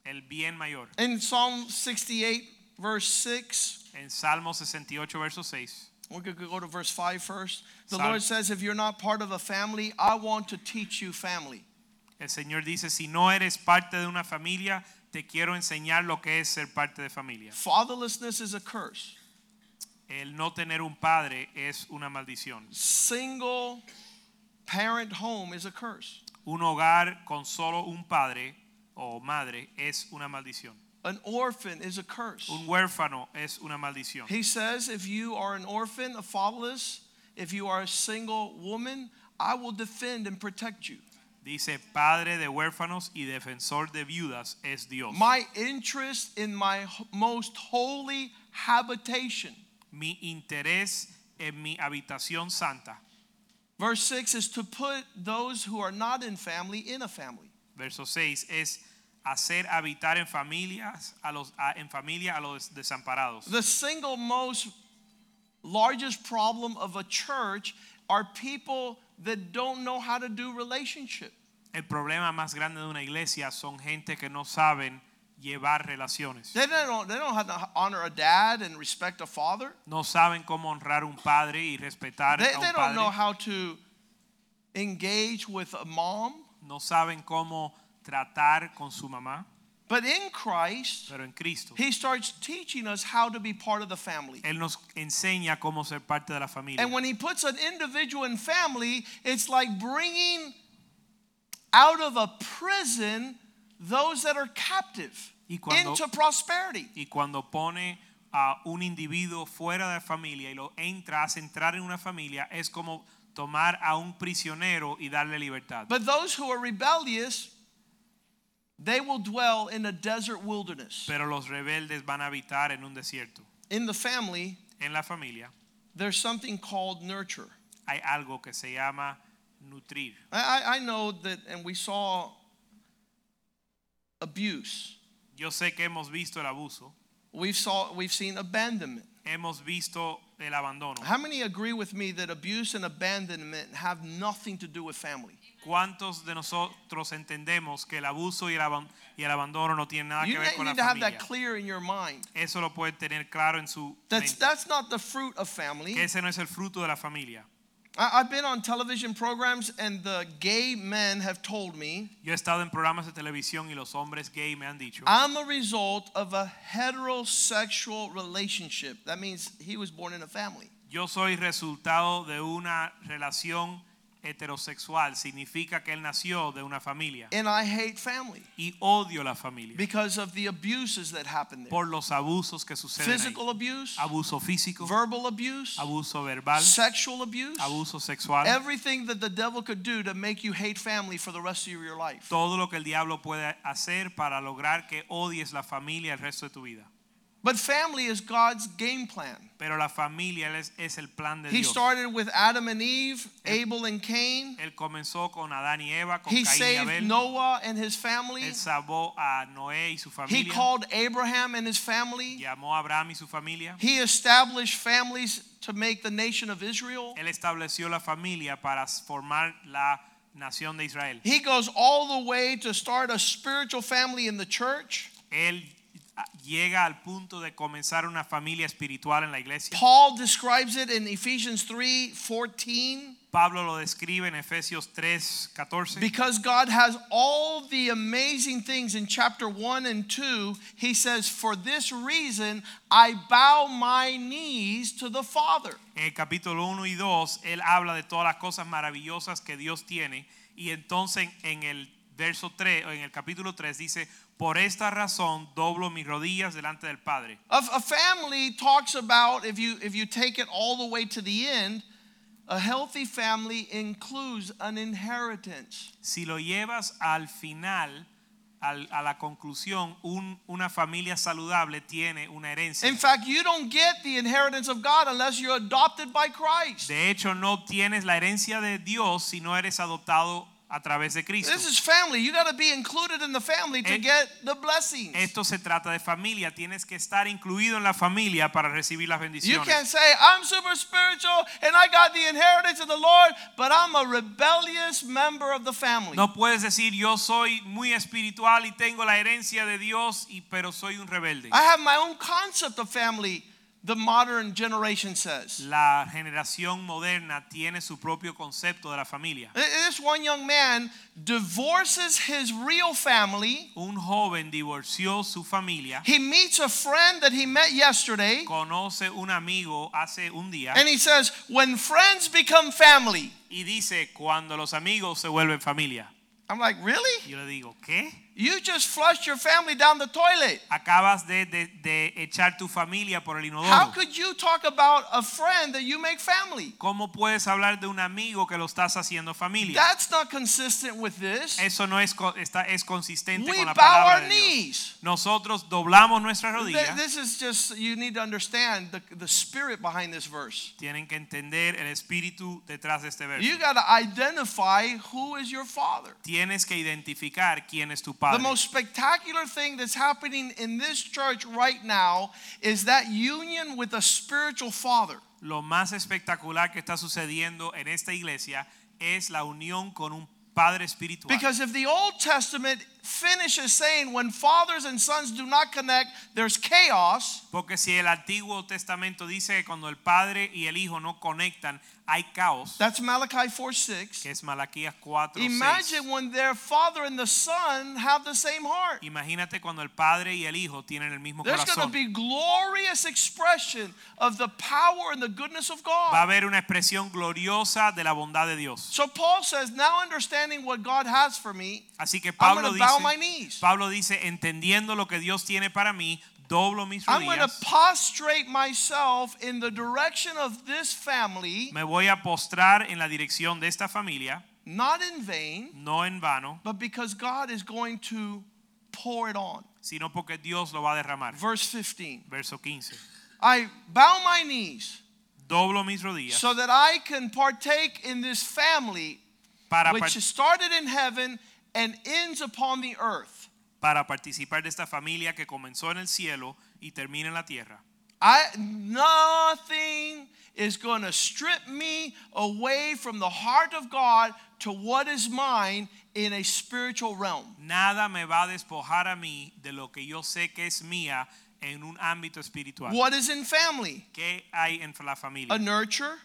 S2: el bien mayor.
S1: In Psalm 68, verse 6.
S2: En Salmo 68, verso 6.
S1: We could go to verse 5 first. The
S2: Sal-
S1: Lord says, If you're not part of a family, I want to teach you family.
S2: El Señor dice, si no eres parte de una familia, te quiero enseñar lo que es ser parte de familia.
S1: Fatherlessness is a curse.
S2: El no tener un padre es una maldición.
S1: Single parent home is a curse.
S2: Un hogar con solo un padre o madre es una maldición.
S1: An orphan is a curse.
S2: Un huérfano es una maldición.
S1: He says, If you are an orphan, a fatherless, if you are a single woman, I will defend and protect you.
S2: Dice, padre de huérfanos y defensor de viudas es Dios.
S1: My interest in my h- most holy habitation.
S2: Mi interés en mi habitación santa.
S1: Verse 6 is to put those who are not in family in a family.
S2: Verso 6 es hacer habitar en familias a los a- en familia a los desamparados.
S1: The single most largest problem of a church are people that don't know how to do relationship.
S2: El problema más grande de una iglesia son gente que no saben llevar relaciones.
S1: They don't, they don't know how to honor a dad and respect a father.
S2: No saben cómo honrar un padre y respetar
S1: They,
S2: a un
S1: they don't
S2: padre.
S1: know how to engage with a mom.
S2: No saben cómo tratar con su mamá,
S1: But in Christ,
S2: pero en Cristo
S1: He starts teaching us how to be part of the family.
S2: él nos enseña cómo ser parte de la familia.
S1: And when He puts an individual in family, it's like bringing out of a prison those that are captive
S2: Y cuando-
S1: into prosperity.
S2: y cuando pone a un individuo fuera de la familia y lo entra, hace entrar en una familia, es como tomar a un prisionero y darle libertad.
S1: But those who are rebellious, they will dwell in a desert wilderness.
S2: Pero los rebeldes van a habitar en un desierto.
S1: In the family,
S2: En la familia
S1: there's something called nurture.
S2: hay algo que se llama nutrir.
S1: I, I- I know that, and we saw abuse.
S2: Yo sé que hemos visto el abuso,
S1: We've saw we've seen abandonment.
S2: hemos visto el abandono.
S1: How many agree with me that abuse and abandonment have nothing to do with family?
S2: ¿Cuántos de nosotros entendemos que el abuso y el, aban- y el abandono no tienen nada
S1: You
S2: que ver con
S1: need
S2: la
S1: to have
S2: familia?
S1: that clear in your mind.
S2: Eso lo puede tener claro en su
S1: That's
S2: mente,
S1: that's not the fruit of family.
S2: que ese no es el fruto de la familia.
S1: I, I've been on television programs and the gay men have told me
S2: Yo he estado en programas de televisión y los hombres gay me han dicho,
S1: I'm a result of a heterosexual relationship. That means he was born in a family.
S2: yo soy resultado de una relación heterosexual, significa que él nació de una familia
S1: And I hate family
S2: y odio la familia
S1: because of the abuses that happen there.
S2: por los abusos que suceden. ahí.
S1: Physical abuse,
S2: Abuso físico,
S1: verbal abuse,
S2: abuso verbal,
S1: sexual abuse,
S2: abuso sexual,
S1: everything that the devil could do to make you hate family for the rest of your life.
S2: todo lo que el diablo puede hacer para lograr que odies la familia el resto de tu vida.
S1: But family is God's game plan.
S2: Pero la familia es, es el plan de
S1: He
S2: Dios.
S1: started with Adam and Eve, Abel and Cain.
S2: Él comenzó con Adán y Eva, con
S1: He
S2: Caín y
S1: saved
S2: Abel.
S1: Noah and his family.
S2: Él salvó a Noé y su
S1: He
S2: familia.
S1: called Abraham and his family.
S2: Llamó a Abraham y su familia.
S1: He established families to make the nation of Israel.
S2: Él estableció la familia para formar la nación de Israel.
S1: He goes all the way to start a spiritual family in the church.
S2: Él ah, llega al punto de comenzar una familia espiritual en la iglesia.
S1: Paul describes it in Ephesians 3 14.
S2: Pablo lo describe en Efesios 3, 14.
S1: Because God has all the amazing things in chapter 1 and 2, he says, For this reason I bow my knees to the Father.
S2: En el capítulo 1 y 2, él habla de todas las cosas maravillosas que Dios tiene. Y entonces en el verso 3, o en el capítulo 3, dice, por esta razón doblo mis rodillas delante del Padre.
S1: A, a family talks about, if you, if you take it all the way to the end, a healthy family includes an inheritance.
S2: Si lo llevas al final, al- a la conclusión, un- una familia saludable tiene una herencia.
S1: In fact, you don't get the inheritance of God unless you're adopted by Christ.
S2: de hecho, no obtienes la herencia de Dios si no eres adoptado a través de Cristo.
S1: This is family. You got to be included in the family to
S2: Eh,
S1: get the blessings.
S2: Esto se trata de familia, tienes que estar incluido en la familia para recibir las
S1: You
S2: bendiciones.
S1: can't say, I'm super spiritual and I got the inheritance of the Lord, but I'm a rebellious member of the family.
S2: No puedes decir yo soy muy espiritual y tengo la herencia de Dios y pero soy un rebelde.
S1: I have my own concept of family, the modern generation says.
S2: La generación moderna tiene su propio concepto de la familia.
S1: This one young man divorces his real family.
S2: Un joven divorció su familia,
S1: He meets a friend that he met yesterday,
S2: conoce un amigo hace un día
S1: and he says, When friends become family.
S2: y dice cuando los amigos se vuelven familia.
S1: I'm like, Really?
S2: Yo le digo, ¿qué?
S1: You just flushed your family down the toilet.
S2: Acabas de, de- de echar tu familia por el
S1: How
S2: inodoro.
S1: could you talk about a friend that you make family?
S2: ¿Cómo puedes hablar de un amigo que lo estás haciendo familia?
S1: That's not consistent with this.
S2: Eso no es, co- está, es consistente
S1: We
S2: con la
S1: bow
S2: palabra
S1: our
S2: de Dios.
S1: knees.
S2: Nosotros doblamos nuestras
S1: Th-
S2: rodillas.
S1: This is just, you need to understand the, the spirit behind this verse.
S2: Tienen que entender el espíritu detrás de este verso.
S1: You got to identify who is your father.
S2: Tienes que identificar quién es tu
S1: The
S2: padre.
S1: most spectacular thing that's happening in this church right now is that union with a spiritual father.
S2: Lo más espectacular que está sucediendo en esta iglesia es la unión con un padre espiritual.
S1: Because if the Old Testament finishes saying when fathers and sons do not connect, there's chaos,
S2: Porque si el Antiguo Testamento dice que cuando el padre y el hijo no conectan, hay caos,
S1: that's Malachi 4 6.
S2: que es Malaquías 4.
S1: Imagine when their father and the son have the same heart.
S2: Imagínate cuando el padre y el hijo tienen el mismo
S1: There's going
S2: corazón.
S1: to be glorious expression of the power and the goodness of
S2: va a
S1: God.
S2: haber una expresión gloriosa de la bondad de Dios.
S1: So Paul says, now understanding what God has for me,
S2: Así que
S1: I'm
S2: Pablo
S1: going to bow my
S2: dice,
S1: knees.
S2: Pablo dice, entendiendo lo que Dios tiene para mí, doblo mis
S1: I'm going to
S2: rodillas,
S1: prostrate myself in the direction of this family,
S2: me voy a postrar en la dirección de esta familia,
S1: not in vain,
S2: no en vano,
S1: but because God is going to pour it on.
S2: sino porque Dios lo va a derramar.
S1: Verse 15.
S2: Verso 15.
S1: I bow my knees
S2: Doblo mis rodillas
S1: so that I can partake in this family
S2: para, par-
S1: which is started in heaven and ends upon the earth.
S2: para participar de esta familia que comenzó en el cielo y termina en la tierra.
S1: I nothing is going to strip me away from the heart of God to what is mine in a spiritual realm.
S2: Nada me va a despojar a mí de lo que yo sé que es mía en un ámbito espiritual.
S1: What is in family?
S2: ¿Qué hay en la familia?
S1: A nurture,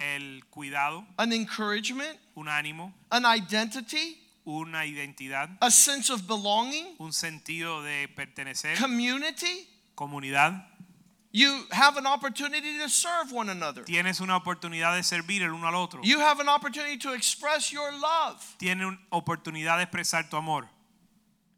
S2: el cuidado,
S1: an encouragement,
S2: un ánimo,
S1: an identity,
S2: una identidad,
S1: a sense of belonging,
S2: un sentido de pertenecer,
S1: community.
S2: comunidad.
S1: You have an opportunity to serve one another.
S2: Tienes una oportunidad de servir el uno al otro.
S1: You have an opportunity to express your love.
S2: Tienes una oportunidad de expresar tu amor.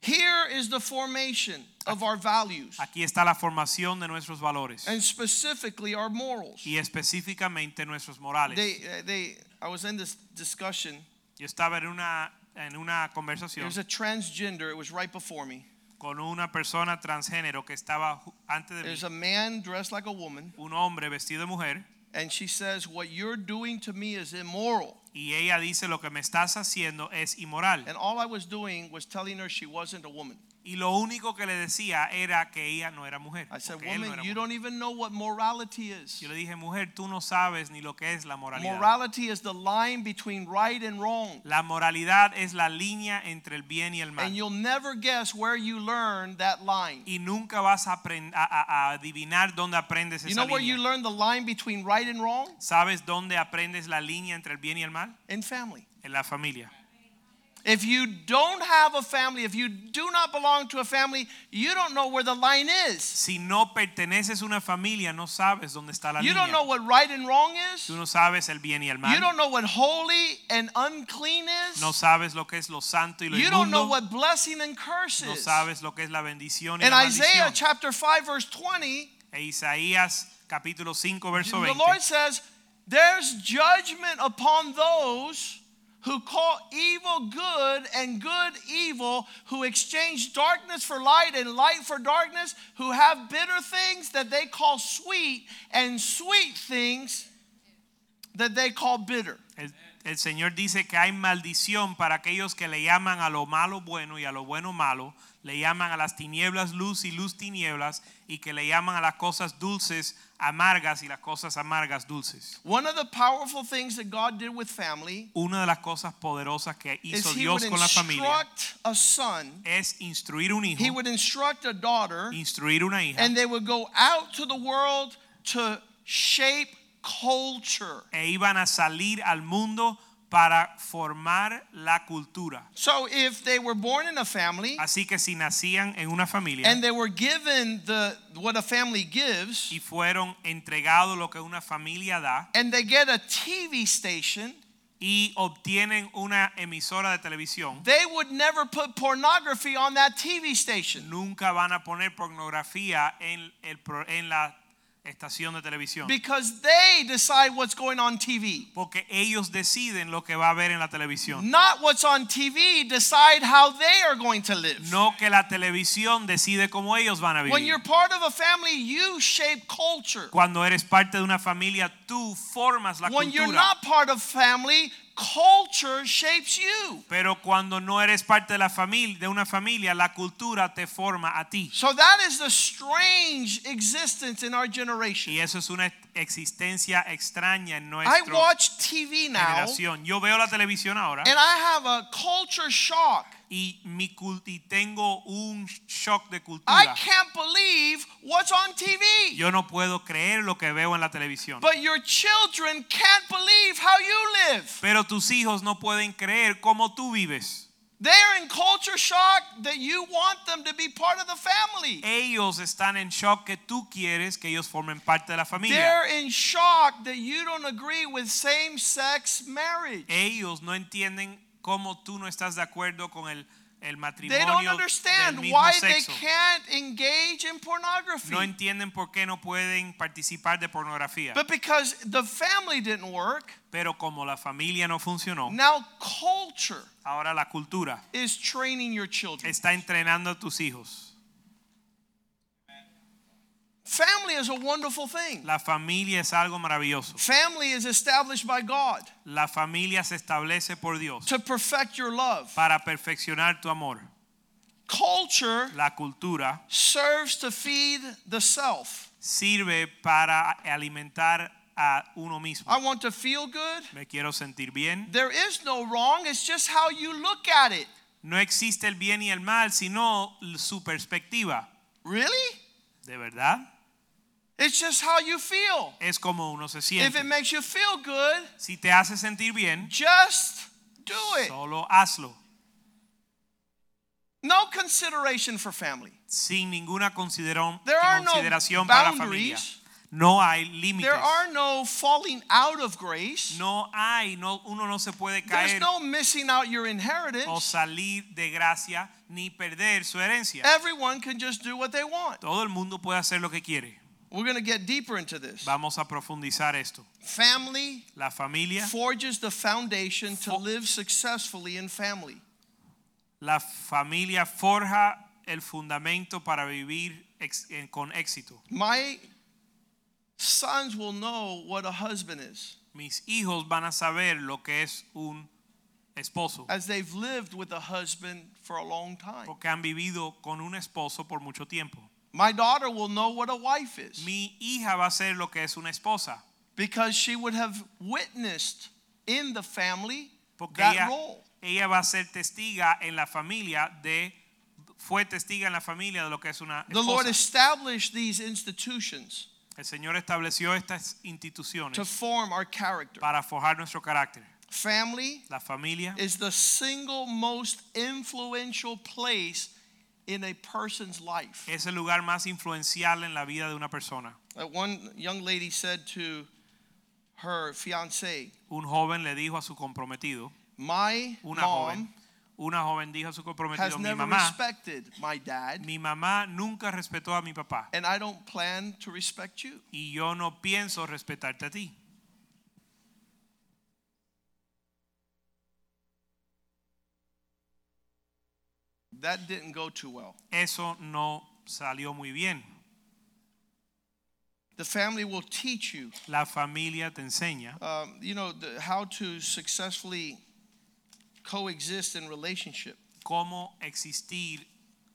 S1: Here is the formation of our values.
S2: Aquí está la formación de nuestros valores
S1: and specifically our morals.
S2: y específicamente nuestros morales.
S1: They, uh, they, I was in this discussion.
S2: Yo estaba en una en una
S1: There
S2: conversación
S1: was a transgender. It was right before me.
S2: con una persona transgénero que estaba ju- antes de
S1: There's
S2: mí,
S1: a man dressed like a woman,
S2: un hombre vestido de mujer,
S1: and she says, "What you're doing to me is immoral."
S2: y ella dice lo que me estás haciendo es inmoral.
S1: And all I was doing was telling her she wasn't a woman.
S2: Y lo único que le decía era que ella no era mujer.
S1: I said,
S2: porque él no
S1: "Woman,
S2: era
S1: you
S2: mujer.
S1: don't even know what morality is.
S2: Yo le dije, mujer, tú no sabes ni lo que es la moralidad.
S1: Morality is the line between right and wrong."
S2: La moralidad es la línea entre el bien y el
S1: And
S2: mal.
S1: you'll never guess where you learn that line.
S2: Y nunca vas a, apren- a- a- a adivinar dónde aprendes
S1: You
S2: esa
S1: know where
S2: línea.
S1: you learn the line between right and wrong?
S2: ¿Sabes dónde aprendes la línea entre el bien y el mal?
S1: In family.
S2: En la familia.
S1: If you don't have a family, if you do not belong to a family, you don't know where the line is.
S2: Si no perteneces a una familia, no sabes dónde está la
S1: You
S2: línea.
S1: don't know what right and wrong is.
S2: Tú no sabes el bien y el
S1: You
S2: mal.
S1: don't know what holy and unclean
S2: No
S1: is.
S2: sabes lo que es lo santo y lo
S1: You don't know
S2: inmundo.
S1: what blessing and curse
S2: No
S1: is.
S2: sabes lo que es la bendición y
S1: In
S2: la
S1: Isaiah
S2: maldición.
S1: chapter 5, verse 20,
S2: E Isaías capítulo 5 verso
S1: the
S2: 20.
S1: Lord says, There's judgment upon those who call evil good and good evil, who exchange darkness for light and light for darkness, who have bitter things that they call sweet and sweet things that they call bitter.
S2: El, el Señor dice que hay maldición para aquellos que le llaman a lo malo bueno y a lo bueno malo, le llaman a las tinieblas luz y luz tinieblas, y que le llaman a las cosas dulces amargas y las cosas amargas dulces.
S1: One of the powerful things that God did with family
S2: Una de las cosas poderosas que hizo
S1: is He
S2: Dios
S1: would
S2: con la familia
S1: instruct a son,
S2: es instruir un
S1: He
S2: hijo,
S1: would instruct a daughter,
S2: instruir una hija.
S1: and they would go out to the world to shape culture.
S2: e iban a salir al mundo para formar la cultura.
S1: So if they were born in a family
S2: Así que si nacían en una familia
S1: and they were given the what a family gives,
S2: y fueron entregados lo que una familia da
S1: and they get a TV station,
S2: y obtienen una emisora de televisión,
S1: they would never put pornography on that TV station
S2: nunca van a poner pornografía en, el, pro- en la estación de televisión.
S1: because they decide what's going on TV.
S2: Porque ellos deciden lo que va a haber en la televisión.
S1: Not what's on TV decide how they are going to live.
S2: No que la televisión decide cómo ellos van a
S1: When you're
S2: vivir.
S1: part of a family, you shape culture.
S2: Cuando eres parte de una familia, tú formas la
S1: When you're
S2: cultura.
S1: not part of family, culture shapes you.
S2: Pero cuando no eres parte de la familia, de una familia, la cultura te forma a ti.
S1: So that is the strange existence in our generation.
S2: Y eso es una existencia extraña en
S1: I
S2: nuestra
S1: watch TV now
S2: generación. Yo veo la televisión ahora
S1: and I have a culture shock.
S2: y, mi cul- y tengo un shock de
S1: I
S2: cultura.
S1: can't believe what's on TV.
S2: Yo no puedo creer lo que veo en la televisión.
S1: But your children can't believe how you live.
S2: Pero tus hijos no pueden creer cómo tú vives.
S1: They're in culture shock that you want them to be part of the
S2: Eh,
S1: family.
S2: Ellos están en shock que tú quieres que ellos formen parte de la familia.
S1: They're in shock that you don't agree with same sex marriage.
S2: Ellos no entienden cómo tú no estás de acuerdo con el, el
S1: They
S2: matrimonio
S1: don't
S2: del
S1: understand
S2: mismo
S1: why they
S2: sexo.
S1: can't engage in pornography.
S2: No entienden por qué no pueden participar de pornografía.
S1: But because the family didn't work,
S2: Pero como la familia no funcionó,
S1: now culture
S2: ahora la cultura
S1: is training your children.
S2: está entrenando a tus hijos.
S1: Family is a wonderful thing.
S2: La familia es algo maravilloso.
S1: Family is established by God
S2: La familia se establece por Dios
S1: to perfect your love.
S2: para perfeccionar tu amor.
S1: Culture
S2: La cultura
S1: serves to feed the self.
S2: sirve para alimentar a uno mismo.
S1: I want to feel good.
S2: Me quiero sentir bien.
S1: There is no wrong, it's just how you look at it.
S2: No existe el bien y el mal, sino su perspectiva.
S1: Really?
S2: ¿De verdad?
S1: It's just how you feel.
S2: Es como uno se
S1: If it
S2: siente.
S1: makes you feel good,
S2: Si te hace sentir bien,
S1: just do it.
S2: solo hazlo.
S1: No consideration for family.
S2: sin ninguna consideron-
S1: There are no
S2: consideración para la familia.
S1: boundaries.
S2: No hay límites.
S1: There are no falling out of grace.
S2: No hay, no, uno no se puede
S1: There's
S2: caer
S1: no missing out your
S2: o
S1: inheritance.
S2: salir de gracia ni perder su herencia.
S1: Eh. Everyone can just do what they want.
S2: Todo el mundo puede hacer lo que quiere.
S1: We're going to get deeper into this.
S2: Vamos a profundizar esto.
S1: Family
S2: La familia,
S1: forges the foundation to
S2: Fo-
S1: live successfully in family.
S2: la familia forja el fundamento para vivir ex- en- con éxito.
S1: My sons will know what a husband is
S2: Mis hijos van a saber lo que es un esposo,
S1: as they've lived with a husband for a long time.
S2: porque han vivido con un esposo por mucho tiempo.
S1: My daughter will know what a wife is
S2: Mi hija va a ser lo que es una esposa,
S1: because she would have witnessed in the family
S2: porque
S1: that
S2: ella,
S1: role.
S2: ella va a ser testiga en la familia de fue testiga en la familia de lo que es una
S1: The Lord
S2: esposa.
S1: established these institutions
S2: El Señor estableció estas instituciones
S1: to form our character.
S2: para forjar nuestro carácter.
S1: Family
S2: La familia
S1: is the single most influential place in a person's life.
S2: es el lugar más influencial en la vida de una persona.
S1: Uh, One young lady said to her fiance,
S2: Un joven le dijo a su comprometido,
S1: My mom
S2: una joven, una joven dijo a su
S1: has
S2: comprometido, mi
S1: never
S2: mamá,
S1: respected my dad,
S2: mi mamá nunca respetó a mi papá
S1: and I don't plan to respect you.
S2: y yo no pienso respetarte a ti.
S1: That didn't go too well.
S2: Eso no salió muy bien.
S1: The family will teach you,
S2: La familia te enseña
S1: um, you know, the, how to successfully coexist in relationship.
S2: cómo existir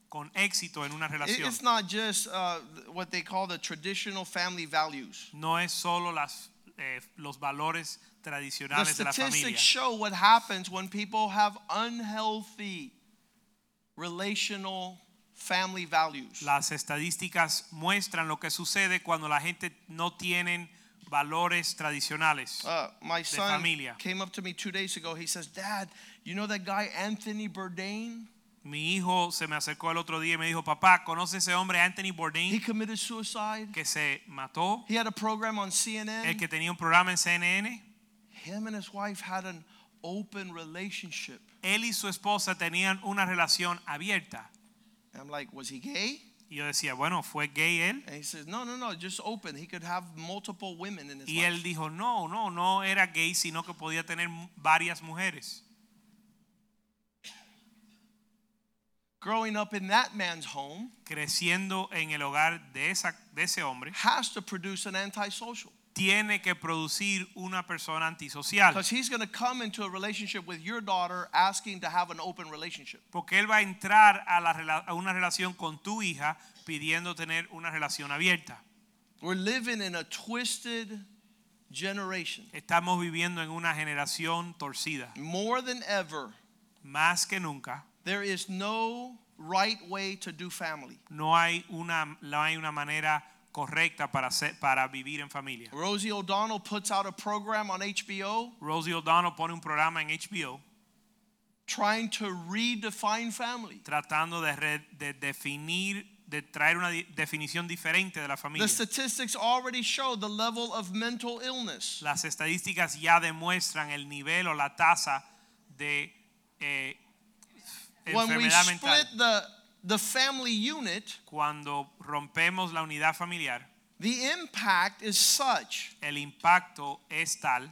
S2: con éxito en una
S1: It-
S2: relación.
S1: It's not just uh, what they call the traditional family values.
S2: No es solo las, eh, los valores
S1: The
S2: tradicionales de la familia.
S1: statistics show what happens when people have unhealthy relational family values.
S2: Las estadísticas muestran lo que sucede cuando la gente no tienen valores tradicionales.
S1: Uh, my son
S2: familia.
S1: came up to me two days ago. He says, Dad, you know that guy Anthony Bourdain?
S2: Mi hijo se me acercó el otro día y me dijo, papá, ¿conoce ese hombre Anthony
S1: He
S2: Bourdain
S1: committed suicide.
S2: que se mató?
S1: He had a program on
S2: El
S1: CNN.
S2: que tenía un programa en CNN.
S1: Him and his wife had an open relationship.
S2: Él y su esposa tenían una relación abierta.
S1: And I'm like, Was he gay?
S2: Y yo decía, bueno, ¿fue gay él?
S1: And he says, No, no, no, just open. He could have multiple women in his
S2: Y él
S1: life.
S2: dijo, no, no, no era gay, sino que podía tener varias mujeres.
S1: Growing up in that man's home
S2: Creciendo en el hogar de, esa, de ese hombre,
S1: has to produce an antisocial
S2: tiene que producir una persona antisocial.
S1: because he's going to come into a relationship with your daughter asking to have an open relationship.
S2: Porque él va a entrar a, la rela- a una relación con tu hija pidiendo tener una relación abierta.
S1: We're living in a twisted generation.
S2: Estamos viviendo en una generación torcida.
S1: More than ever,
S2: Más que nunca,
S1: there is no right way to do family.
S2: no hay una, no hay una manera correcta para, ser- para vivir en familia.
S1: Rosie O'Donnell puts out a program on HBO
S2: Rosie O'Donnell pone un programa en HBO
S1: trying to redefine family.
S2: tratando de, re- de definir, de traer una di- definición diferente de la familia.
S1: The statistics already show the level of mental illness.
S2: Las estadísticas ya demuestran el nivel o la tasa de eh,
S1: When we
S2: enfermedad
S1: split
S2: mental.
S1: the, the family unit,
S2: Cuando rompemos la unidad familiar,
S1: the impact is such
S2: el impacto es tal,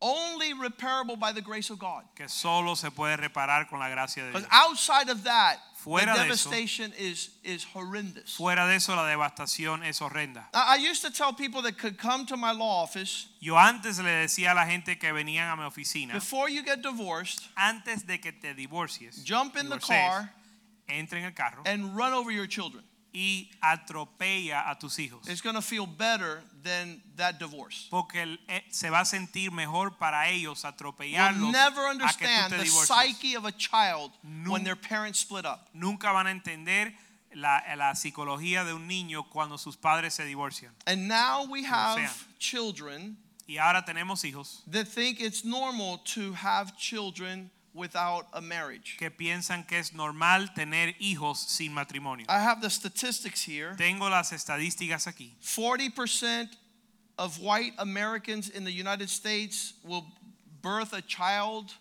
S1: only repairable by the grace of God.
S2: que solo se puede reparar con la gracia de
S1: Because
S2: Dios.
S1: outside of that, the
S2: Fuera de eso.
S1: devastation is, is horrendous.
S2: Fuera de eso, la devastación es horrenda.
S1: I I used to tell people that could come to my law office
S2: Yo antes le decía a la gente que venían a mi oficina,
S1: before you get divorced,
S2: antes de que te divorcies,
S1: jump in the
S2: divorcies,
S1: car
S2: entra en el carro
S1: and run over your children.
S2: y atropella a tus hijos.
S1: It's going to feel better than that divorce.
S2: Porque el- eh, se va a sentir mejor para ellos
S1: You'll
S2: atropellarlos
S1: never
S2: a que tú
S1: understand
S2: te
S1: the
S2: divorcies.
S1: psyche of a child when
S2: Nun-
S1: their parents split up.
S2: Nunca van a entender la, la psicología de un niño cuando sus padres se divorcian.
S1: And now we have
S2: sean.
S1: children
S2: Y ahora tenemos hijos
S1: that think it's normal to have children without a marriage.
S2: que piensan que es normal tener hijos sin matrimonio.
S1: I have the statistics here.
S2: Tengo las estadísticas aquí.
S1: 40% of white Americans in the United States will birth a child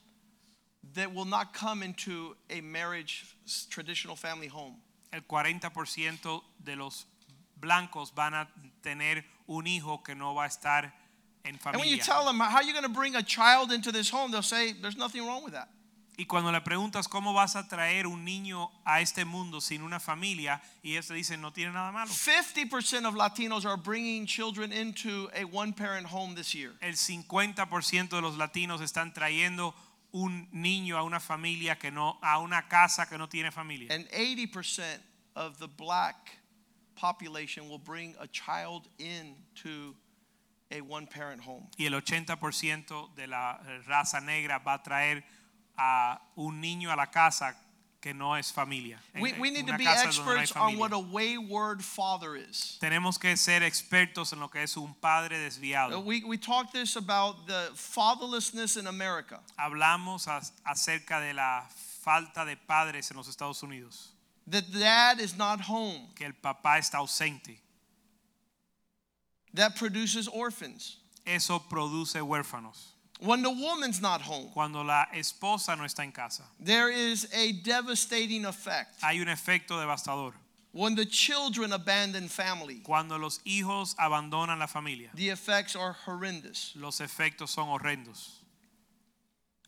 S1: that will not come into a marriage s- traditional family home.
S2: El 40% de los blancos van a tener un hijo que no va a estar en
S1: And when you
S2: familia.
S1: tell them how are you going to bring a child into this home, they'll say there's nothing wrong with that.
S2: Y cuando le preguntas cómo vas a traer un niño a este mundo sin una familia, y ellos te dicen no tiene nada malo.
S1: 50% of Latinos are bringing children into a one parent home this year.
S2: El 50% de los latinos están trayendo un niño a una familia que no, a una casa que no tiene familia.
S1: And 80% of the black population will bring a child into a one parent home.
S2: Y el 80% de la eh, raza negra va a traer a un niño a la casa que no es familia. En-
S1: We, we
S2: en
S1: need to
S2: una
S1: be
S2: casa donde no hay
S1: experts on what
S2: familia.
S1: a wayward father is.
S2: Tenemos que ser expertos en lo que es un padre
S1: Uh,
S2: desviado.
S1: We, we talked this about the fatherlessness in America.
S2: Hablamos as- acerca de la falta de padres en los Estados Unidos,
S1: That dad is not home.
S2: que el papá está ausente.
S1: That produces orphans.
S2: Eso produce huérfanos.
S1: When the woman's not home,
S2: Cuando la esposa no está en casa,
S1: there is a devastating effect.
S2: hay un efecto devastador.
S1: When the children abandon family,
S2: Cuando los hijos abandonan la familia,
S1: the effects are horrendous.
S2: los efectos son horrendos.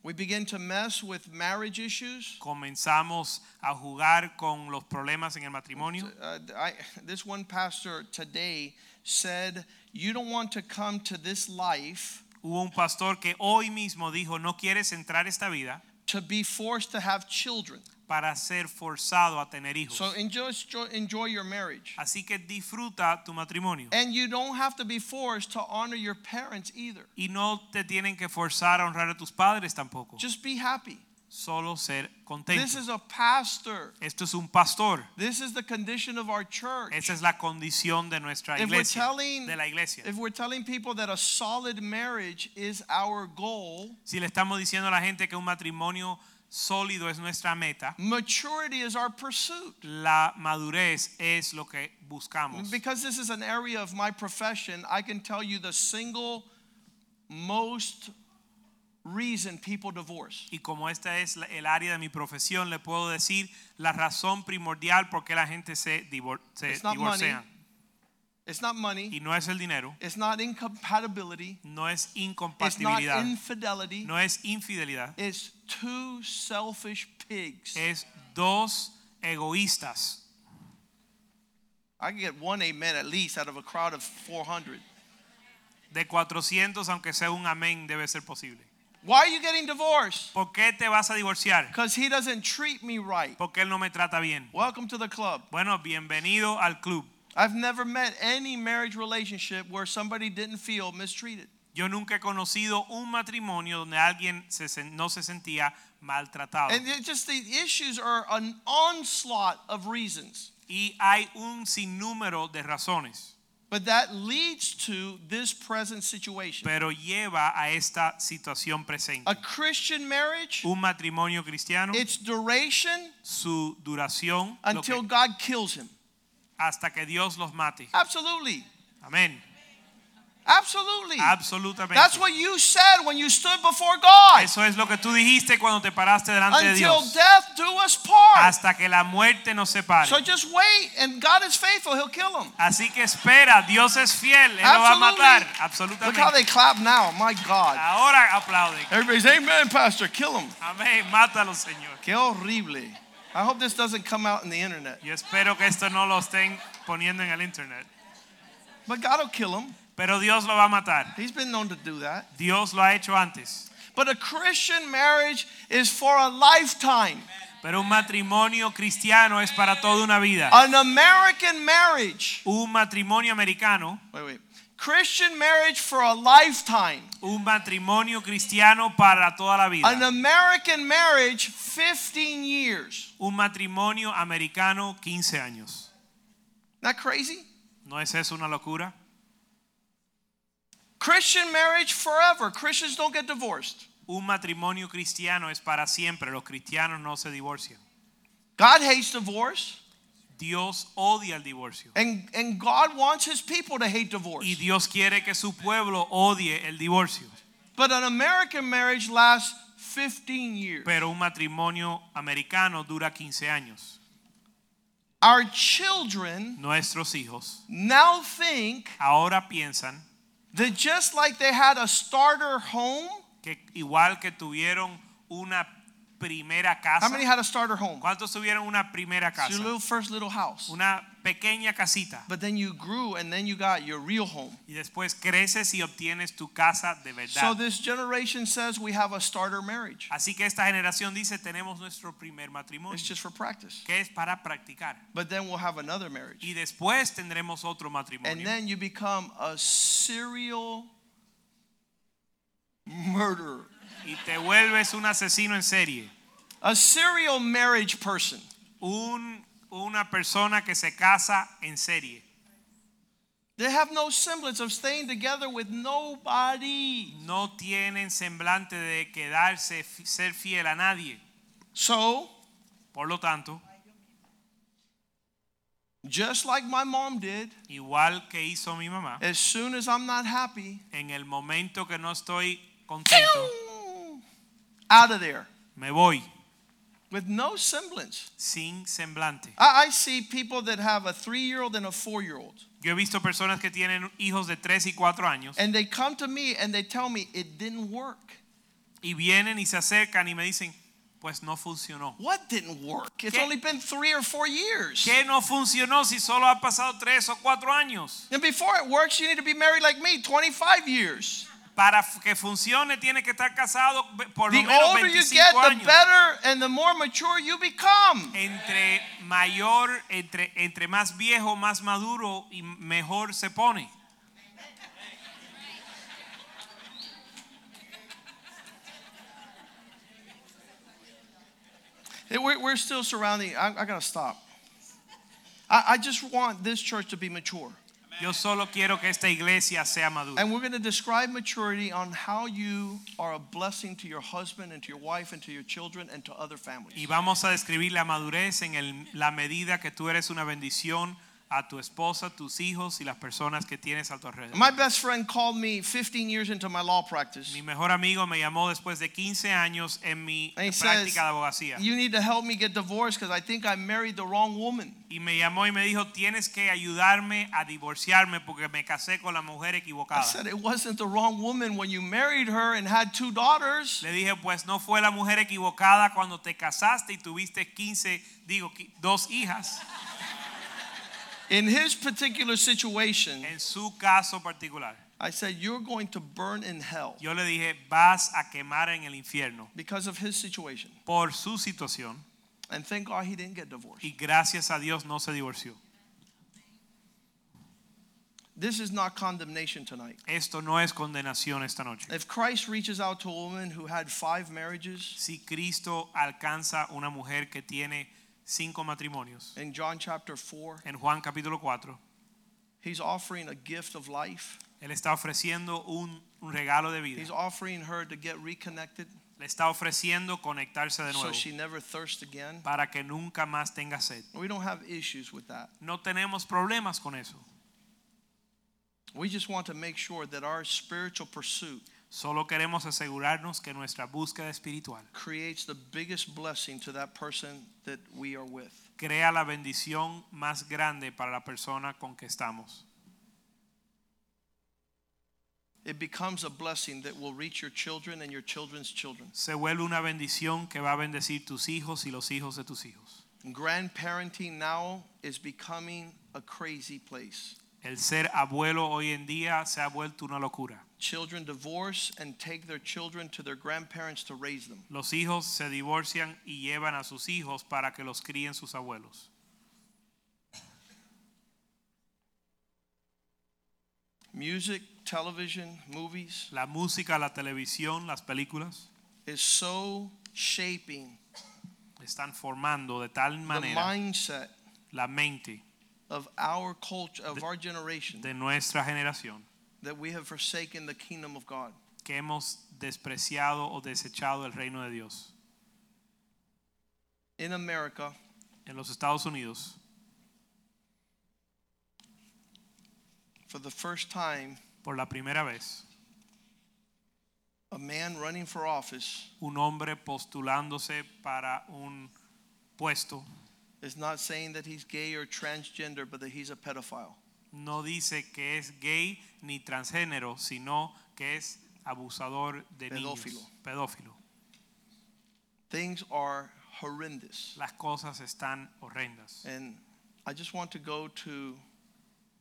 S1: We begin to mess with marriage issues.
S2: Comenzamos a jugar con los problemas en el matrimonio.
S1: Uh, I, this one pastor today said, You don't want to come to this life
S2: Hubo un pastor que hoy mismo dijo, no quieres entrar esta vida
S1: to be forced to have children.
S2: para ser forzado a tener hijos.
S1: So eh, enjoy, enjoy your marriage.
S2: Así que disfruta tu matrimonio.
S1: And you don't have to be forced to honor your parents either.
S2: Y no te tienen que forzar a honrar a tus padres tampoco.
S1: Just be happy.
S2: Solo ser
S1: This
S2: contento.
S1: is a pastor.
S2: Esto es un pastor.
S1: This is the condition of our church.
S2: Esa es la condición de nuestra
S1: If we're
S2: iglesia.
S1: telling,
S2: De la iglesia.
S1: if we're telling people that a solid marriage is our goal,
S2: Si le estamos diciendo a la gente que un matrimonio sólido es nuestra
S1: Mm.
S2: meta,
S1: maturity is our pursuit.
S2: la madurez es lo que buscamos.
S1: Because this is an area of my profession, I can tell you the single most reason people divorce.
S2: Y como esta es la- el área de mi profesión, le puedo decir la razón primordial por qué la gente se, divor- se
S1: It's not money.
S2: divorcia.
S1: It's not
S2: Y
S1: money,
S2: no es el dinero,
S1: it's not incompatibility,
S2: no es
S1: it's not
S2: incompatibilidad,
S1: infidelity,
S2: no es infidelidad,
S1: it's two selfish pigs.
S2: es dos egoístas.
S1: I can get one amen at least out of a crowd of 400.
S2: De 400, aunque sea un amén, debe ser posible.
S1: Why are you getting divorced?
S2: ¿Por qué te vas a divorciar?
S1: Because he doesn't treat me right.
S2: Porque él no me trata bien.
S1: Welcome to the club.
S2: Bueno, bienvenido al club.
S1: I've never met any marriage relationship where somebody didn't feel mistreated.
S2: Yo nunca he conocido un matrimonio donde alguien se sen- no se sentía maltratado.
S1: And it just the issues are an onslaught of reasons.
S2: y hay un sinnúmero de razones,
S1: But that leads to this present situation.
S2: pero lleva a esta situación presente.
S1: A Christian marriage,
S2: Un matrimonio cristiano,
S1: its duration
S2: su duración lo que-
S1: until God kills him.
S2: hasta que Dios los mate.
S1: Absolutely.
S2: Amén.
S1: Absolutely.
S2: Absolutamente.
S1: That's what you said when you stood before God.
S2: Eso es lo que tú dijiste cuando te paraste delante de
S1: Until
S2: Dios.
S1: death do us part.
S2: Hasta que la muerte nos separe.
S1: So just wait, and God is faithful. He'll kill him.
S2: Así que espera, Dios es fiel, Él lo va a
S1: Absolutely.
S2: matar.
S1: Look how
S2: Absolutamente.
S1: they clap now. My God.
S2: Ahora aplauden.
S1: Everybody's, Amen, Pastor. Kill him.
S2: Amén, mátalo, Señor.
S1: Qué horrible. I hope this doesn't come out in the internet.
S2: Yo espero que esto no lo estén poniendo en el internet.
S1: But God will kill him.
S2: Pero Dios lo va a matar.
S1: He's been known to do that.
S2: Dios lo ha hecho antes.
S1: But a Christian marriage is for a lifetime.
S2: Pero un matrimonio cristiano es para toda una vida.
S1: An American marriage.
S2: Un matrimonio americano,
S1: Wait, wait. Christian marriage for a lifetime.
S2: un matrimonio cristiano para toda la
S1: An
S2: vida.
S1: American marriage, 15 years.
S2: Un matrimonio americano 15 años.
S1: Not crazy?
S2: ¿No es eso una locura?
S1: Christian marriage forever. Christians don't get divorced.
S2: Un matrimonio cristiano es para siempre. Los cristianos no se divorcian.
S1: God hates divorce,
S2: Dios odia el divorcio.
S1: and, and God wants his people to hate divorce.
S2: Y Dios quiere que su pueblo odie el divorcio.
S1: But an American marriage lasts 15 years.
S2: Pero un matrimonio americano dura 15 años.
S1: Our children
S2: Nuestros hijos
S1: now think
S2: ahora piensan
S1: that just like they had a starter home,
S2: que igual que tuvieron una primera
S1: how
S2: casa.
S1: many had a starter home?
S2: ¿Cuántos tuvieron una primera
S1: It's
S2: casa?
S1: your little first little house.
S2: Una pequeña casita.
S1: But then you grew and then you got your real home.
S2: Y después creces y obtienes tu casa de
S1: So
S2: verdad.
S1: this generation says we have a starter marriage.
S2: Así que esta generación dice tenemos nuestro primer matrimonio,
S1: It's just for practice.
S2: que es para practicar.
S1: But then we'll have another marriage.
S2: Y después tendremos otro
S1: And
S2: matrimonio.
S1: then you become a serial murderer,
S2: Y te vuelves un asesino en serie.
S1: a serial marriage person.
S2: Un, una persona que se casa en serie.
S1: They have no semblance of staying together with nobody.
S2: No tienen semblante de quedarse, fi- ser fiel a nadie.
S1: So,
S2: Por lo tanto,
S1: just like my mom did,
S2: igual que hizo mi mamá,
S1: as soon as I'm not happy,
S2: en el momento que no estoy contento,
S1: out of there
S2: me voy
S1: with no semblance.
S2: sin semblante.
S1: I, I see people that have a three year old and a four year old,
S2: Yo he visto personas que tienen hijos de 3 y 4 años
S1: and they come to me and they tell me it didn't work.
S2: Y vienen y se acercan y me dicen, pues no funcionó.
S1: What didn't work? It's
S2: ¿Qué?
S1: only been three or four years.
S2: ¿Qué no funcionó si solo ha pasado tres o cuatro años?
S1: And before it works, you need to be married like me, 25 years.
S2: Para f- que funcione tiene que estar casado ve- por lo
S1: The
S2: menos
S1: older you get,
S2: 25
S1: the
S2: años.
S1: better and the more mature you become.
S2: Entre mayor, entre, entre más viejo, más maduro y mejor se pone.
S1: Hey, We're, we're still surrounding. I, I got to stop. I, I just want this church to be mature.
S2: Yo solo quiero que esta iglesia sea madura.
S1: And we're going to describe maturity on how you are a blessing to your husband and to your wife and to your children and to other
S2: Y
S1: families.
S2: vamos a describir la madurez en el- la medida que tú eres una bendición a tu esposa, tus hijos y las personas que tienes a tu alrededor.
S1: My best friend called me 15 years into my law practice.
S2: mi mejor amigo me llamó después de 15 años en mi
S1: And he says,
S2: práctica de abogacía
S1: You need to help me get divorced because I think I married the wrong woman.
S2: y me llamó y me dijo, tienes que ayudarme a divorciarme porque me casé con la mujer
S1: I
S2: equivocada.
S1: said, It wasn't the wrong woman when you married her and had two daughters.
S2: Le dije, pues no fue la mujer equivocada cuando te casaste y tuviste 15, digo, qui- dos hijas.
S1: In his particular situation,
S2: En su caso particular,
S1: I said, You're going to burn in hell
S2: yo le dije, vas a quemar en el infierno
S1: because of his situation.
S2: por su situación
S1: And thank God he didn't get divorced.
S2: y gracias a Dios no se divorció.
S1: This is not condemnation tonight.
S2: Esto no es condenación esta noche.
S1: If Christ reaches out to a woman who had five marriages
S2: Si Cristo alcanza una mujer que tiene cinco matrimonios,
S1: in John chapter 4,
S2: en Juan capítulo 4,
S1: he's offering a gift of life.
S2: Él está ofreciendo un, un regalo de
S1: He's
S2: vida.
S1: offering her to get reconnected
S2: Le está ofreciendo conectarse de
S1: so
S2: nuevo
S1: she never thirsts again.
S2: para que nunca más tenga sed.
S1: We don't have issues with that.
S2: No tenemos problemas con eso.
S1: We just want to make sure that our spiritual pursuit
S2: Solo queremos asegurarnos que nuestra búsqueda espiritual
S1: creates the biggest blessing to that person that we are with.
S2: crea la bendición más grande para la persona con que estamos.
S1: It becomes a blessing that will reach your children and your children's children.
S2: Se vuelve una bendición que va a bendecir tus hijos y los hijos de tus hijos.
S1: Grandparenting now is becoming a crazy place.
S2: El ser abuelo hoy en día se ha vuelto una locura.
S1: Children divorce and take their children to their grandparents to raise them.
S2: Los hijos se divorcian y llevan a sus hijos para que los críen sus abuelos.
S1: Music, television, movies
S2: La música, la televisión, las películas
S1: is so shaping
S2: están formando de tal
S1: the
S2: manera
S1: mindset
S2: la mente
S1: of our culture, of our generation,
S2: de nuestra generación
S1: that we have forsaken the kingdom of God.
S2: que hemos despreciado o desechado el reino de Dios.
S1: In America,
S2: En los Estados Unidos,
S1: for the first time,
S2: por la primera vez,
S1: a man running for office
S2: un hombre postulándose para un puesto
S1: is not saying that he's gay or transgender, but that he's a pedophile.
S2: no dice que es gay ni transgénero, sino que es abusador de niños,
S1: Pedófilo.
S2: pedófilo.
S1: Things are horrendous.
S2: Las cosas están horrendas.
S1: And I just want to go to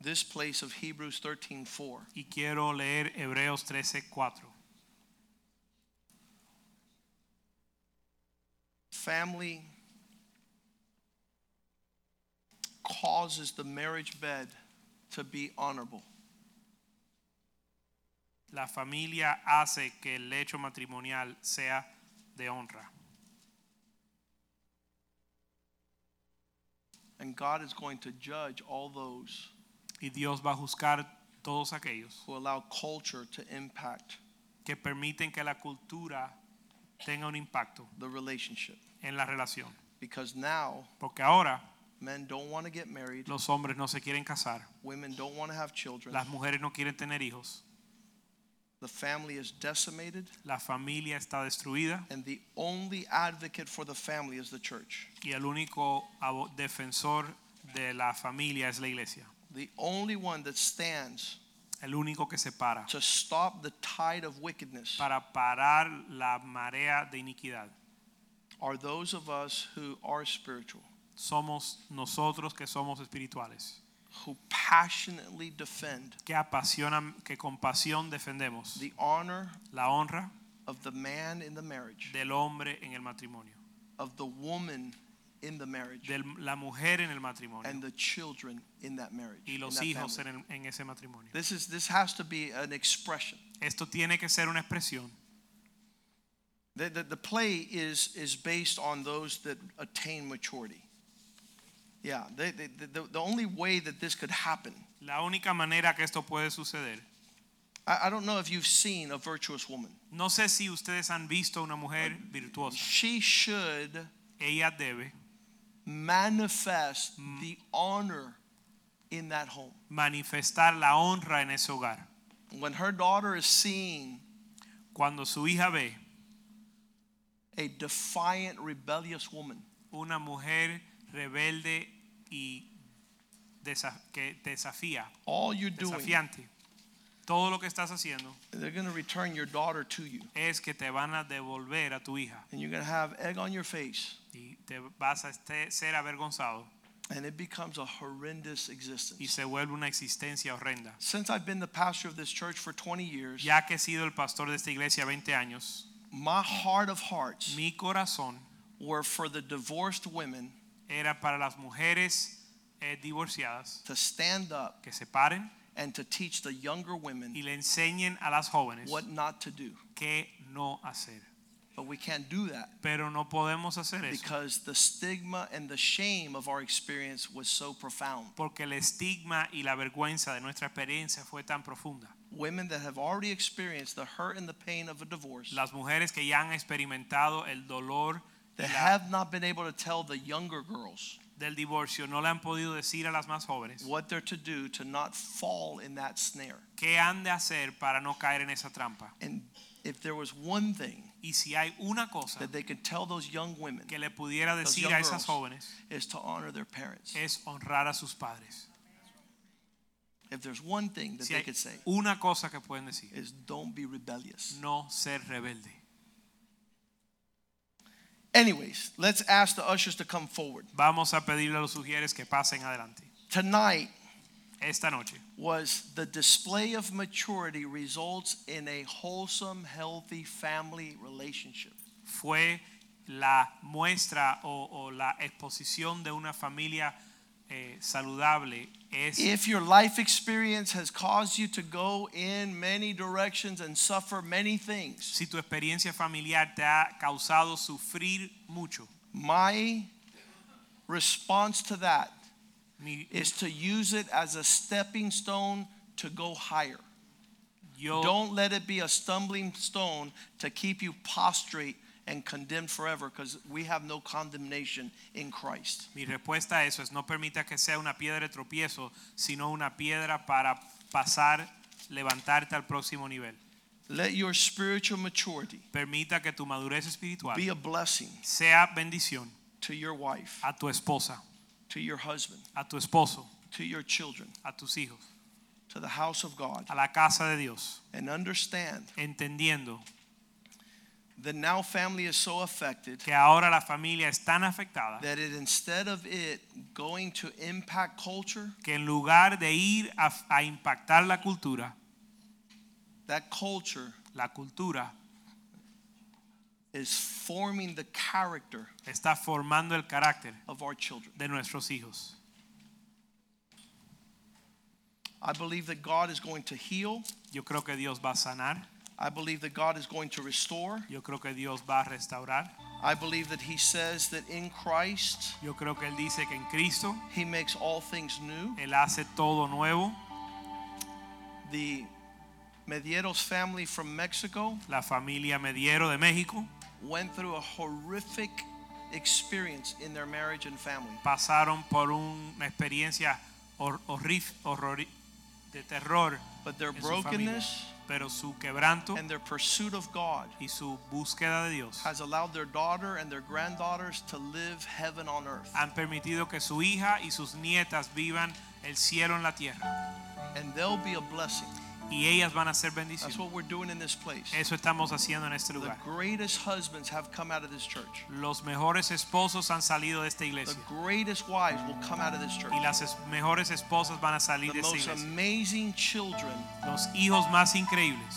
S1: this place of Hebrews 13:4.
S2: Y quiero leer Hebreos 13:4.
S1: Family causes the marriage bed to be honorable.
S2: La familia hace que el hecho matrimonial sea de honra.
S1: And God is going to judge all those
S2: Y Dios va a juzgar todos aquellos
S1: who allow culture to impact
S2: que permiten que la cultura tenga un impacto
S1: the relationship.
S2: en la relación.
S1: Because now
S2: Porque ahora
S1: men don't want to get married,
S2: los hombres no se quieren casar,
S1: women don't want to have children.
S2: las mujeres no quieren tener hijos,
S1: The family is decimated,
S2: la familia está destruida
S1: and the only advocate for the family is the church.
S2: y el único abo- defensor de la familia es la iglesia.
S1: The only one that stands
S2: el único que separa
S1: to stop the tide of wickedness
S2: para parar la marea de iniquidad.
S1: are those of us who are spiritual,
S2: Somos nosotros que somos espirituales,
S1: who passionately defend
S2: que apasionan, que con pasión defendemos
S1: the honor
S2: la honra
S1: of the man in the marriage,
S2: del hombre en el matrimonio,
S1: of the woman in the marriage,
S2: de la mujer en el matrimonio
S1: and the children in that marriage.
S2: y
S1: in
S2: los
S1: that
S2: hijos en,
S1: family.
S2: el- en ese matrimonio.
S1: This is this has to be an expression.
S2: Esto tiene que ser una expresión.
S1: The, the, the play is is based on those that attain maturity. Yeah, they, they, the, the, the only way that this could happen,
S2: La única manera que esto puede suceder.
S1: I, I don't know if you've seen a virtuous woman.
S2: No sé si ustedes han visto a una mujer virtuosa.
S1: She should
S2: Ella debe
S1: manifest the honor in that home.
S2: manifestar la honra en ese hogar.
S1: When her daughter is seeing
S2: Cuando su hija ve
S1: a defiant, rebellious woman,
S2: una mujer rebelde y desa- que te desafía,
S1: all you're doing,
S2: desafiante, todo lo que estás haciendo
S1: they're going to return your daughter to you.
S2: es que te van a devolver a tu hija
S1: And you're going to have egg on your face.
S2: y te vas a este- ser avergonzado
S1: And it becomes a horrendous
S2: y
S1: existence.
S2: se vuelve una existencia horrenda.
S1: Since I've been the pastor of this church for 20 years,
S2: Ya que he sido el pastor de esta iglesia 20 años,
S1: my heart of hearts
S2: mi corazón
S1: were for the divorced women
S2: era para las mujeres eh, divorciadas
S1: to stand up
S2: que se paren
S1: and to teach the younger women
S2: y le enseñen a las jóvenes
S1: what not to do.
S2: qué no hacer.
S1: But we can't do that.
S2: Pero no podemos hacer eso
S1: because the stigma and the shame of our experience was so profound.
S2: porque el estigma y la vergüenza de nuestra experiencia fue tan profunda.
S1: Women that have already experienced the hurt and the pain of a divorce
S2: Las mujeres que ya han experimentado el dolor y
S1: that
S2: la-
S1: have not been able to tell the younger girls
S2: del divorcio no le han podido decir a las más jóvenes
S1: what they're to do to not fall in that snare.
S2: qué han de hacer para no caer en esa trampa.
S1: And if there was one thing
S2: Y si hay una cosa
S1: that they could tell those young women
S2: que le pudiera
S1: Those
S2: decir
S1: young
S2: a esas
S1: girls.
S2: jóvenes
S1: is to honor their parents.
S2: es honrar a sus padres.
S1: If there's one thing that
S2: Si
S1: they
S2: hay
S1: could say
S2: una cosa que pueden decir,
S1: is don't be rebellious.
S2: no ser rebelde.
S1: Anyways, let's ask the ushers to come forward.
S2: Vamos a pedirle a los sugieres que pasen adelante.
S1: Tonight,
S2: Esta noche
S1: was the display of maturity results in a wholesome, healthy family relationship.
S2: fue la muestra o, o la exposición de una familia eh, saludable. Es
S1: If your life experience has caused you to go in many directions and suffer many things,
S2: si tu experiencia familiar te ha causado sufrir mucho.
S1: my response to that
S2: Mi-
S1: is to use it as a stepping stone to go higher.
S2: yo,
S1: Don't let it be a stumbling stone to keep you prostrate and condemned forever because we have no condemnation in Christ.
S2: mi respuesta a eso es no permita que sea una piedra de tropiezo, sino una piedra para pasar, levantarte al próximo nivel.
S1: Let your spiritual maturity
S2: Permita que tu madurez espiritual
S1: be a blessing
S2: sea bendición
S1: to your wife,
S2: a tu esposa,
S1: to your husband,
S2: a tu esposo,
S1: to your children,
S2: a tus hijos,
S1: to the house of God,
S2: a la casa de Dios,
S1: and understand
S2: entendiendo
S1: that now family is so affected
S2: que ahora la familia es tan afectada
S1: that it instead of it going to impact culture,
S2: que en lugar de ir a, a impactar la cultura,
S1: that culture
S2: la cultura
S1: is forming the character
S2: está formando el carácter
S1: of our children.
S2: de nuestros hijos.
S1: I believe that God is going to heal.
S2: Yo creo que Dios va a sanar,
S1: I believe that God is going to restore.
S2: yo creo que Dios va a restaurar,
S1: I believe that He says that in Christ
S2: yo creo que Él dice que en Cristo
S1: He makes all things new.
S2: Él hace todo nuevo.
S1: The Medieros family from Mexico
S2: La familia Mediero de México
S1: went through a horrific experience in their marriage and family.
S2: pasaron por un- una experiencia hor- horrif- horrori- de terror,
S1: But their
S2: En su familia.
S1: brokenness
S2: pero su quebranto
S1: and their pursuit of God
S2: y su búsqueda de Dios
S1: has allowed their daughter and their granddaughters to live heaven on earth.
S2: han permitido que su hija y sus nietas vivan el cielo en la tierra
S1: And they'll be a blessing
S2: y ellas van a ser
S1: That's
S2: bendición.
S1: what we're doing in this place.
S2: Eso estamos haciendo en este
S1: The
S2: lugar.
S1: greatest husbands have come out of this church.
S2: Los mejores esposos han salido de esta
S1: The
S2: iglesia
S1: greates wives will come out of this church.
S2: y las es- mejores esposas van a
S1: The
S2: salir de esta
S1: most
S2: iglesia.
S1: amazing children
S2: Los hijos más increíbles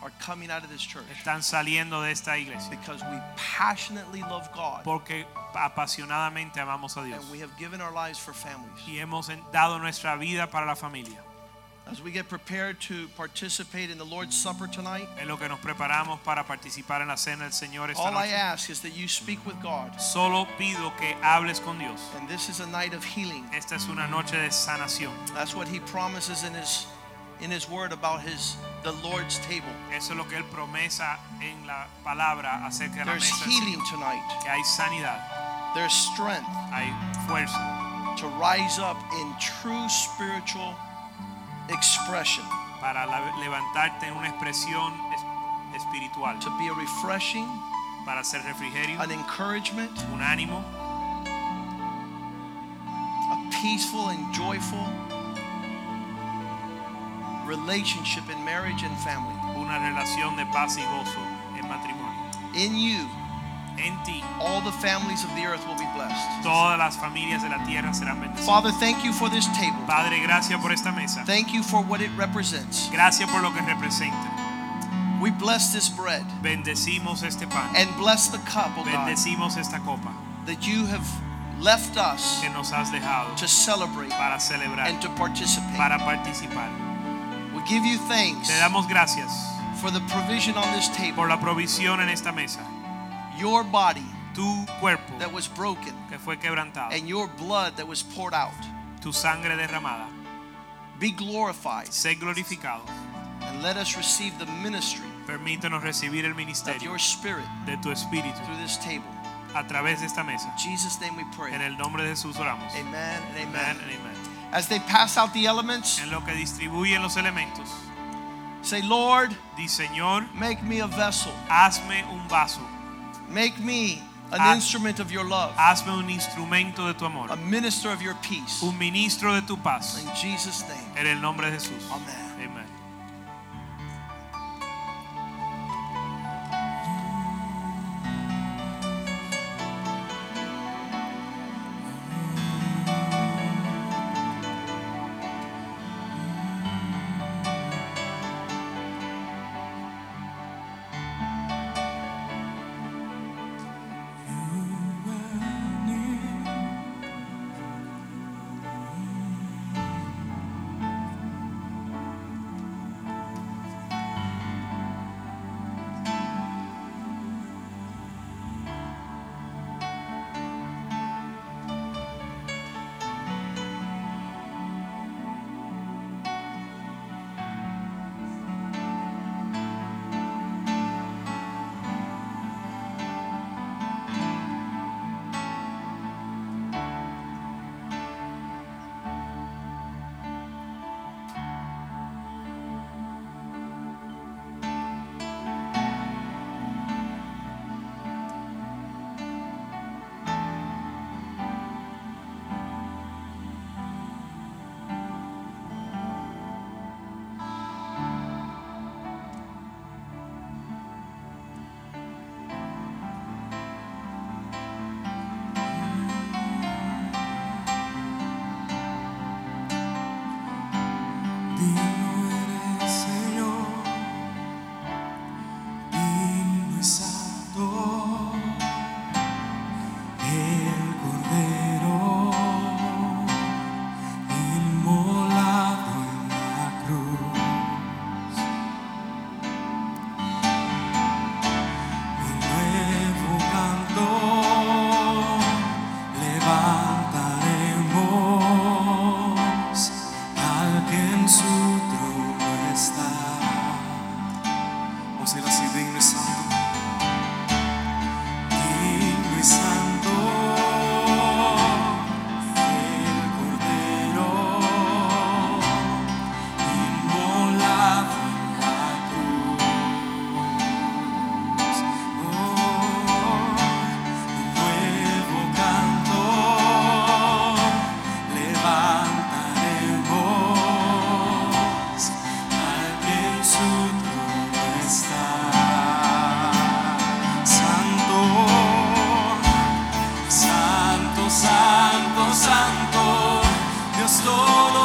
S1: are coming out of this church
S2: están saliendo de esta iglesia
S1: because we passionately love God
S2: porque apasionadamente amamos a
S1: and
S2: Dios
S1: we have given our lives for families.
S2: y hemos en- dado nuestra vida para la familia.
S1: As we get prepared to participate in the Lord's Supper tonight,
S2: Es lo que nos preparamos para participar en la cena del Señor esta
S1: all I
S2: noche.
S1: ask is that you speak with God.
S2: Solo pido que hables con Dios.
S1: And this is a night of healing.
S2: Esta es una noche de sanación.
S1: That's what he promises in his in his word about his the Lord's table.
S2: Eso es lo que Él promesa en la palabra acerca de la
S1: There's
S2: mesa. del Señor.
S1: healing tonight.
S2: Que hay sanidad,
S1: There's strength
S2: hay fuerza
S1: to rise up in true spiritual expression,
S2: para la- levantarte en una expresión es- espiritual,
S1: to be a refreshing,
S2: para ser refrigerio,
S1: an encouragement,
S2: un ánimo,
S1: a peaceful and joyful relationship in marriage and family.
S2: una relación de paz y gozo en matrimonio.
S1: In you,
S2: En ti
S1: all the families of the earth will be blessed.
S2: todas las familias de la tierra serán bendecidas.
S1: Father, thank you for this table.
S2: Padre, gracias por esta mesa.
S1: Thank you for what it represents.
S2: Gracias por lo que representa.
S1: We bless this bread
S2: Bendecimos este pan.
S1: and bless the cup, oh God,
S2: Bendecimos esta copa
S1: that you have left us
S2: que nos has dejado
S1: to celebrate
S2: para celebrar,
S1: and to participate.
S2: para participar.
S1: We give you thanks.
S2: Te damos gracias
S1: for the provision on this table,
S2: por la provisión en esta mesa.
S1: your body
S2: Tu cuerpo
S1: that was broken
S2: que fue quebrantado,
S1: and your blood that was poured out.
S2: tu sangre derramada.
S1: Be glorified
S2: Sé glorificado.
S1: and let us receive the ministry
S2: Permítenos recibir el
S1: of
S2: ministerio
S1: your spirit
S2: de tu espíritu
S1: through this table.
S2: a través de esta mesa.
S1: In Jesus' name we pray.
S2: En el nombre de Jesús oramos.
S1: Amen and amen.
S2: Amén, amén.
S1: As they pass out the elements,
S2: En lo que distribuyen los elementos,
S1: say, Lord,
S2: di Señor,
S1: make me a vessel,
S2: hazme un vaso,
S1: make me an
S2: Ah.
S1: instrument of your love,
S2: hazme un instrumento de tu
S1: a
S2: amor,
S1: minister of your peace.
S2: un ministro de tu paz.
S1: In Jesus' name.
S2: En el nombre de Jesús.
S1: Amén.
S2: Amén.
S3: Digno eres, Señor, digno es santo el Cordero inmolado en la cruz. Mi nuevo canto levantaremos al que en su trono está. Vamos a ir así, digno y santo. Digno y santo, el Cordero inmolado en la cruz. Oh, Un nuevo canto levantaremos al Oh, oh,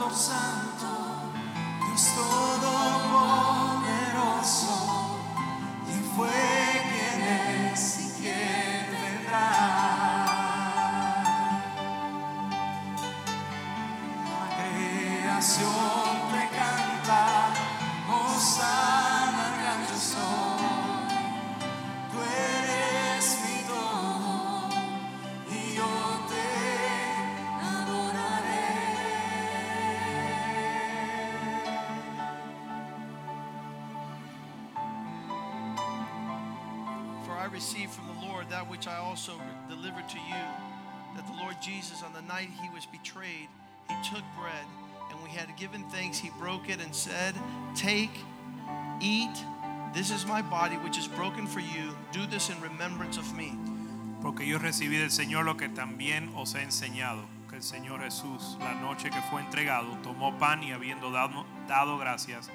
S3: Santo, Dios Todopoderoso, y fue quien es y quien vendrá. La creación te canta, Hosanna, al gran yo soy. Tú eres mi todo y yo te adoraré.
S1: For I received from the Lord that which I also delivered to you that the Lord Jesus, on the night he was betrayed, he took bread, and when he had given thanks, he broke it and said, Take, eat, this is my body which is broken for you. Do this in remembrance of me.
S2: Porque yo recibí del Señor lo que también os he enseñado, que el Señor Jesús, la noche que fue entregado, tomó pan y habiendo dado, dado gracias,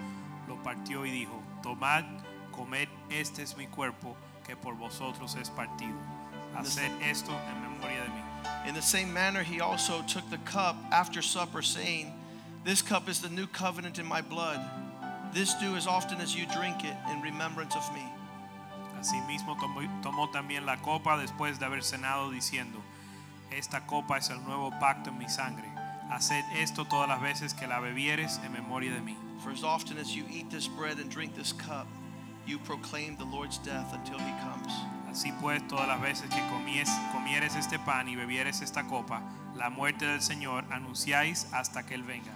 S2: lo partió y dijo, tomad, comed, este es mi cuerpo, que por vosotros es partido. Haced esto en memoria de mí.
S1: In the same manner, he also took the cup after supper, saying, This cup is the new covenant in my blood. This do as often as you drink it in remembrance of me.
S2: Asimismo tomó, tomó también la copa después de haber cenado diciendo, esta copa es el nuevo pacto en mi sangre. Haced esto todas las veces que la bebieres en memoria de mí.
S1: For as often as you eat this bread and drink this cup, you proclaim the Lord's death until he comes.
S2: Así pues, todas las veces que comies- comieres este pan y bebieres esta copa, la muerte del Señor anunciáis hasta que Él venga.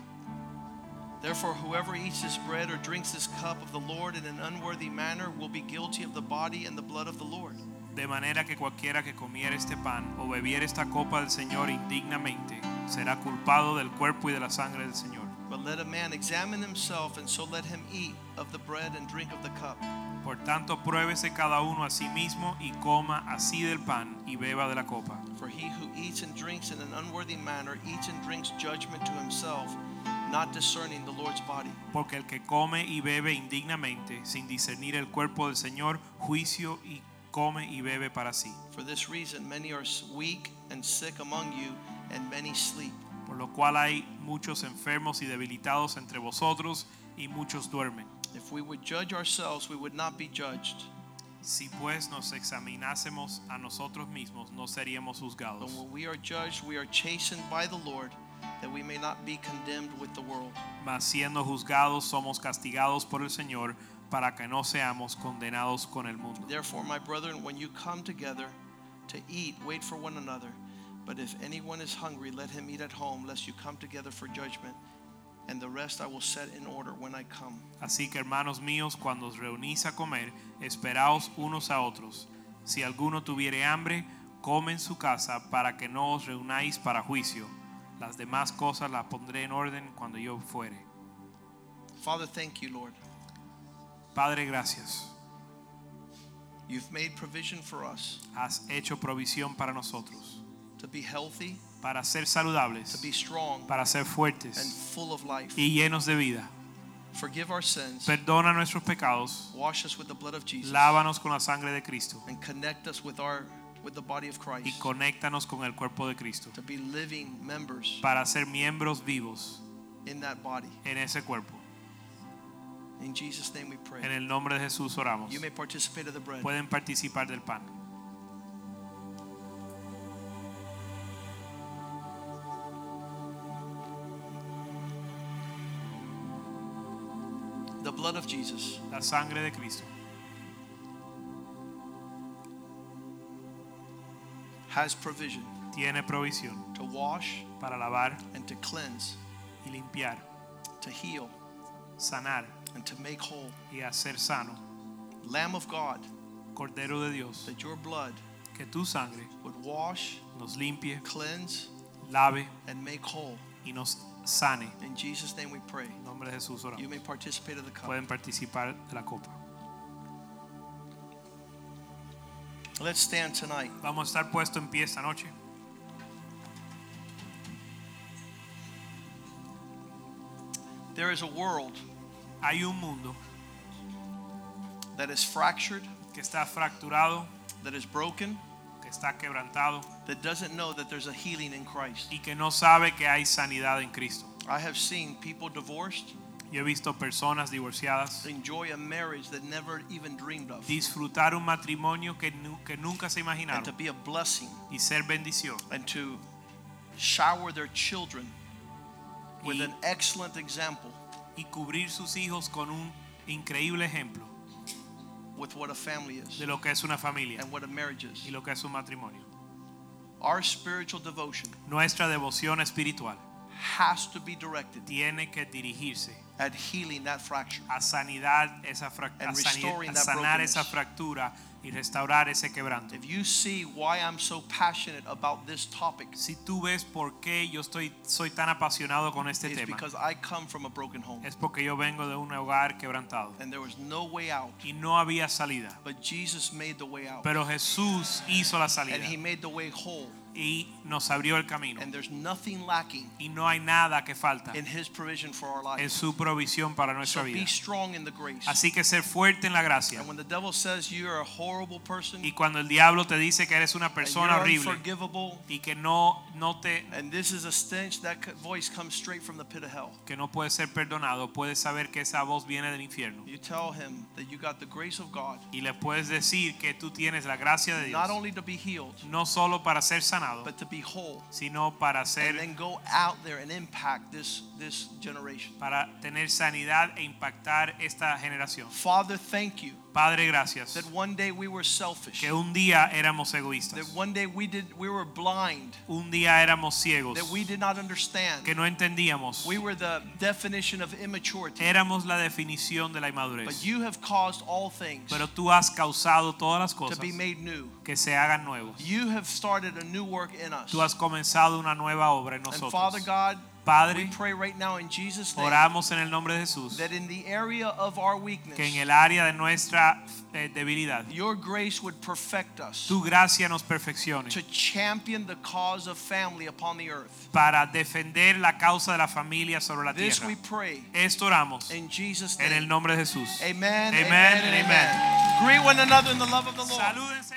S1: Therefore, whoever eats this bread or drinks this cup of the Lord in an unworthy manner will be guilty of the body and the blood of the Lord.
S2: De manera que cualquiera que comiere este pan o bebiere esta copa del Señor indignamente, será culpado del cuerpo y de la sangre del Señor.
S1: But let a man examine himself, and so let him eat of the bread and drink of the cup.
S2: Por tanto, pruébese cada uno a sí mismo y coma así del pan y beba de la copa.
S1: For he who eats and drinks in an unworthy manner eats and drinks judgment to himself, not discerning the Lord's body.
S2: Porque el que come y bebe indignamente, sin discernir el cuerpo del Señor, juicio y come y bebe para sí.
S1: For this reason, many are weak and sick among you, and many sleep.
S2: por lo cual hay muchos enfermos y debilitados entre vosotros y muchos duermen.
S1: If we would judge ourselves, we would not be judged.
S2: Si pues nos examinásemos a nosotros mismos, no seríamos
S1: But
S2: juzgados.
S1: when we are judged, we are chastened by the Lord, that we may not be condemned with the world.
S2: Mas siendo juzgados, somos castigados por el Señor para que no seamos condenados con el mundo.
S1: Therefore, my brethren, when you come together to eat, wait for one another. But if anyone is hungry, let him eat at home, lest you come together for judgment. And the rest I will set in order when I come.
S2: Así que hermanos míos, cuando os reunís a comer, esperaos unos a otros. Si alguno tuviere hambre, come en su casa para que no os reunáis para juicio. Las demás cosas las pondré en orden cuando yo fuere.
S1: Father, thank you, Lord.
S2: Padre, gracias.
S1: You've made provision for us
S2: has hecho provisión para nosotros,
S1: to be healthy,
S2: para ser
S1: to
S2: saludables,
S1: be strong,
S2: para ser
S1: and
S2: fuertes
S1: full of life.
S2: y llenos de vida.
S1: Forgive our sins.
S2: Perdona nuestros pecados,
S1: Wash us with the blood of Jesus.
S2: lávanos con la sangre de Cristo
S1: and connect us with our with the body of Christ
S2: y conéctanos con el cuerpo de Cristo
S1: to be living members
S2: para ser miembros vivos
S1: in that body.
S2: en ese cuerpo.
S1: In Jesus' name we pray.
S2: En el nombre de Jesús oramos.
S1: You may participate of the bread.
S2: Pueden participar del pan.
S1: The blood of Jesus
S2: La sangre de Cristo
S1: has provision
S2: tiene provisión
S1: to wash
S2: para lavar
S1: and to cleanse,
S2: y limpiar,
S1: to heal
S2: sanar
S1: and to make whole.
S2: y hacer sano.
S1: Lamb of God,
S2: Cordero de Dios,
S1: that your blood
S2: que tu sangre
S1: would wash,
S2: nos limpie,
S1: cleanse
S2: lave
S1: and make whole.
S2: y nos sane.
S1: In Jesus' name we pray.
S2: En nombre de Jesús oramos.
S1: You may participate of the cup.
S2: pueden participar de la copa.
S1: Let's stand tonight.
S2: Vamos a estar puesto en pie esta noche.
S1: There is a world
S2: Hay un mundo
S1: that is fractured,
S2: que está fracturado,
S1: that is broken,
S2: que está quebrantado
S1: that doesn't know that there's a healing in Christ.
S2: y que no sabe que hay sanidad en Cristo.
S1: I have seen people divorced
S2: Yo he visto personas divorciadas
S1: enjoy a marriage that never even dreamed of
S2: disfrutar un matrimonio que, nu- que nunca se
S1: and to
S2: imaginaron
S1: be a blessing
S2: y ser bendición.
S1: and to shower their children with
S2: Y-
S1: an excellent example
S2: y cubrir sus hijos con un increíble ejemplo
S1: with what a family is
S2: de lo que es una familia
S1: and what a marriage
S2: y
S1: is.
S2: lo que es un matrimonio.
S1: Our spiritual devotion
S2: Nuestra devoción espiritual
S1: has to be directed
S2: tiene que dirigirse
S1: at healing that fracture.
S2: a sanidad esa frac- a
S1: And
S2: sani-
S1: restoring
S2: a
S1: that
S2: sanar
S1: brokenness.
S2: esa fractura y restaurar ese quebranto.
S1: If you see why I'm so passionate about this topic,
S2: Si tú ves por qué yo estoy soy tan apasionado con este
S1: it's
S2: tema
S1: because I come from a broken home
S2: es porque yo vengo de un hogar quebrantado
S1: and there was no way out,
S2: y no había salida,
S1: but Jesus made the way out
S2: pero Jesús hizo la salida
S1: and he made the way whole
S2: y nos abrió el camino
S1: and there's nothing lacking
S2: y no hay nada que falta
S1: in his provision for our
S2: en
S1: life.
S2: su provisión para nuestra
S1: So
S2: vida.
S1: be strong in the grace.
S2: Así que ser fuerte en la gracia.
S1: And when the devil says you're a horrible person,
S2: Y cuando el diablo te dice que eres una
S1: and
S2: persona
S1: you're
S2: horrible
S1: unforgivable,
S2: y que no, no te
S1: and this is a stench, that c- voice comes straight from the pit of hell.
S2: que no puedes ser perdonado, puedes saber que esa voz viene del infierno
S1: You tell him that you got the grace of God,
S2: y le puedes decir que tú tienes la gracia de
S1: not
S2: Dios,
S1: only to be healed,
S2: no solo para ser sanado,
S1: but to be whole.
S2: sino para
S1: And
S2: ser
S1: then go out there and impact this this generation.
S2: para tener sanidad e impactar esta generación.
S1: Father, thank you
S2: Padre, gracias.
S1: that one day we were selfish.
S2: Que un día éramos
S1: That
S2: egoístas.
S1: one day we did we were blind.
S2: Un día éramos ciegos.
S1: That we did not understand.
S2: Que no entendíamos.
S1: We were the definition of immaturity.
S2: Éramos la definición de la inmadurez.
S1: But you have caused all things
S2: Pero tú has causado todas las
S1: to
S2: cosas
S1: be made new.
S2: que se hagan nuevos.
S1: You have started a new work in us.
S2: Tú has comenzado una nueva obra en
S1: And
S2: nosotros.
S1: Father God, we
S2: Padre,
S1: pray right now in Jesus' name
S2: oramos en el nombre de Jesús
S1: that in the area of our weakness,
S2: que en el área de nuestra eh, debilidad,
S1: your grace would perfect us
S2: tu gracia nos perfeccione
S1: to champion the cause of family upon the earth.
S2: para defender la causa de la familia sobre la
S1: This
S2: tierra.
S1: we pray
S2: Esto oramos
S1: in Jesus'
S2: en
S1: name.
S2: el nombre de Jesús.
S1: Amen.
S2: Amen,
S1: Amen.
S2: and
S1: and amen. Greet one another in the love of the Lord.
S2: Salúdense.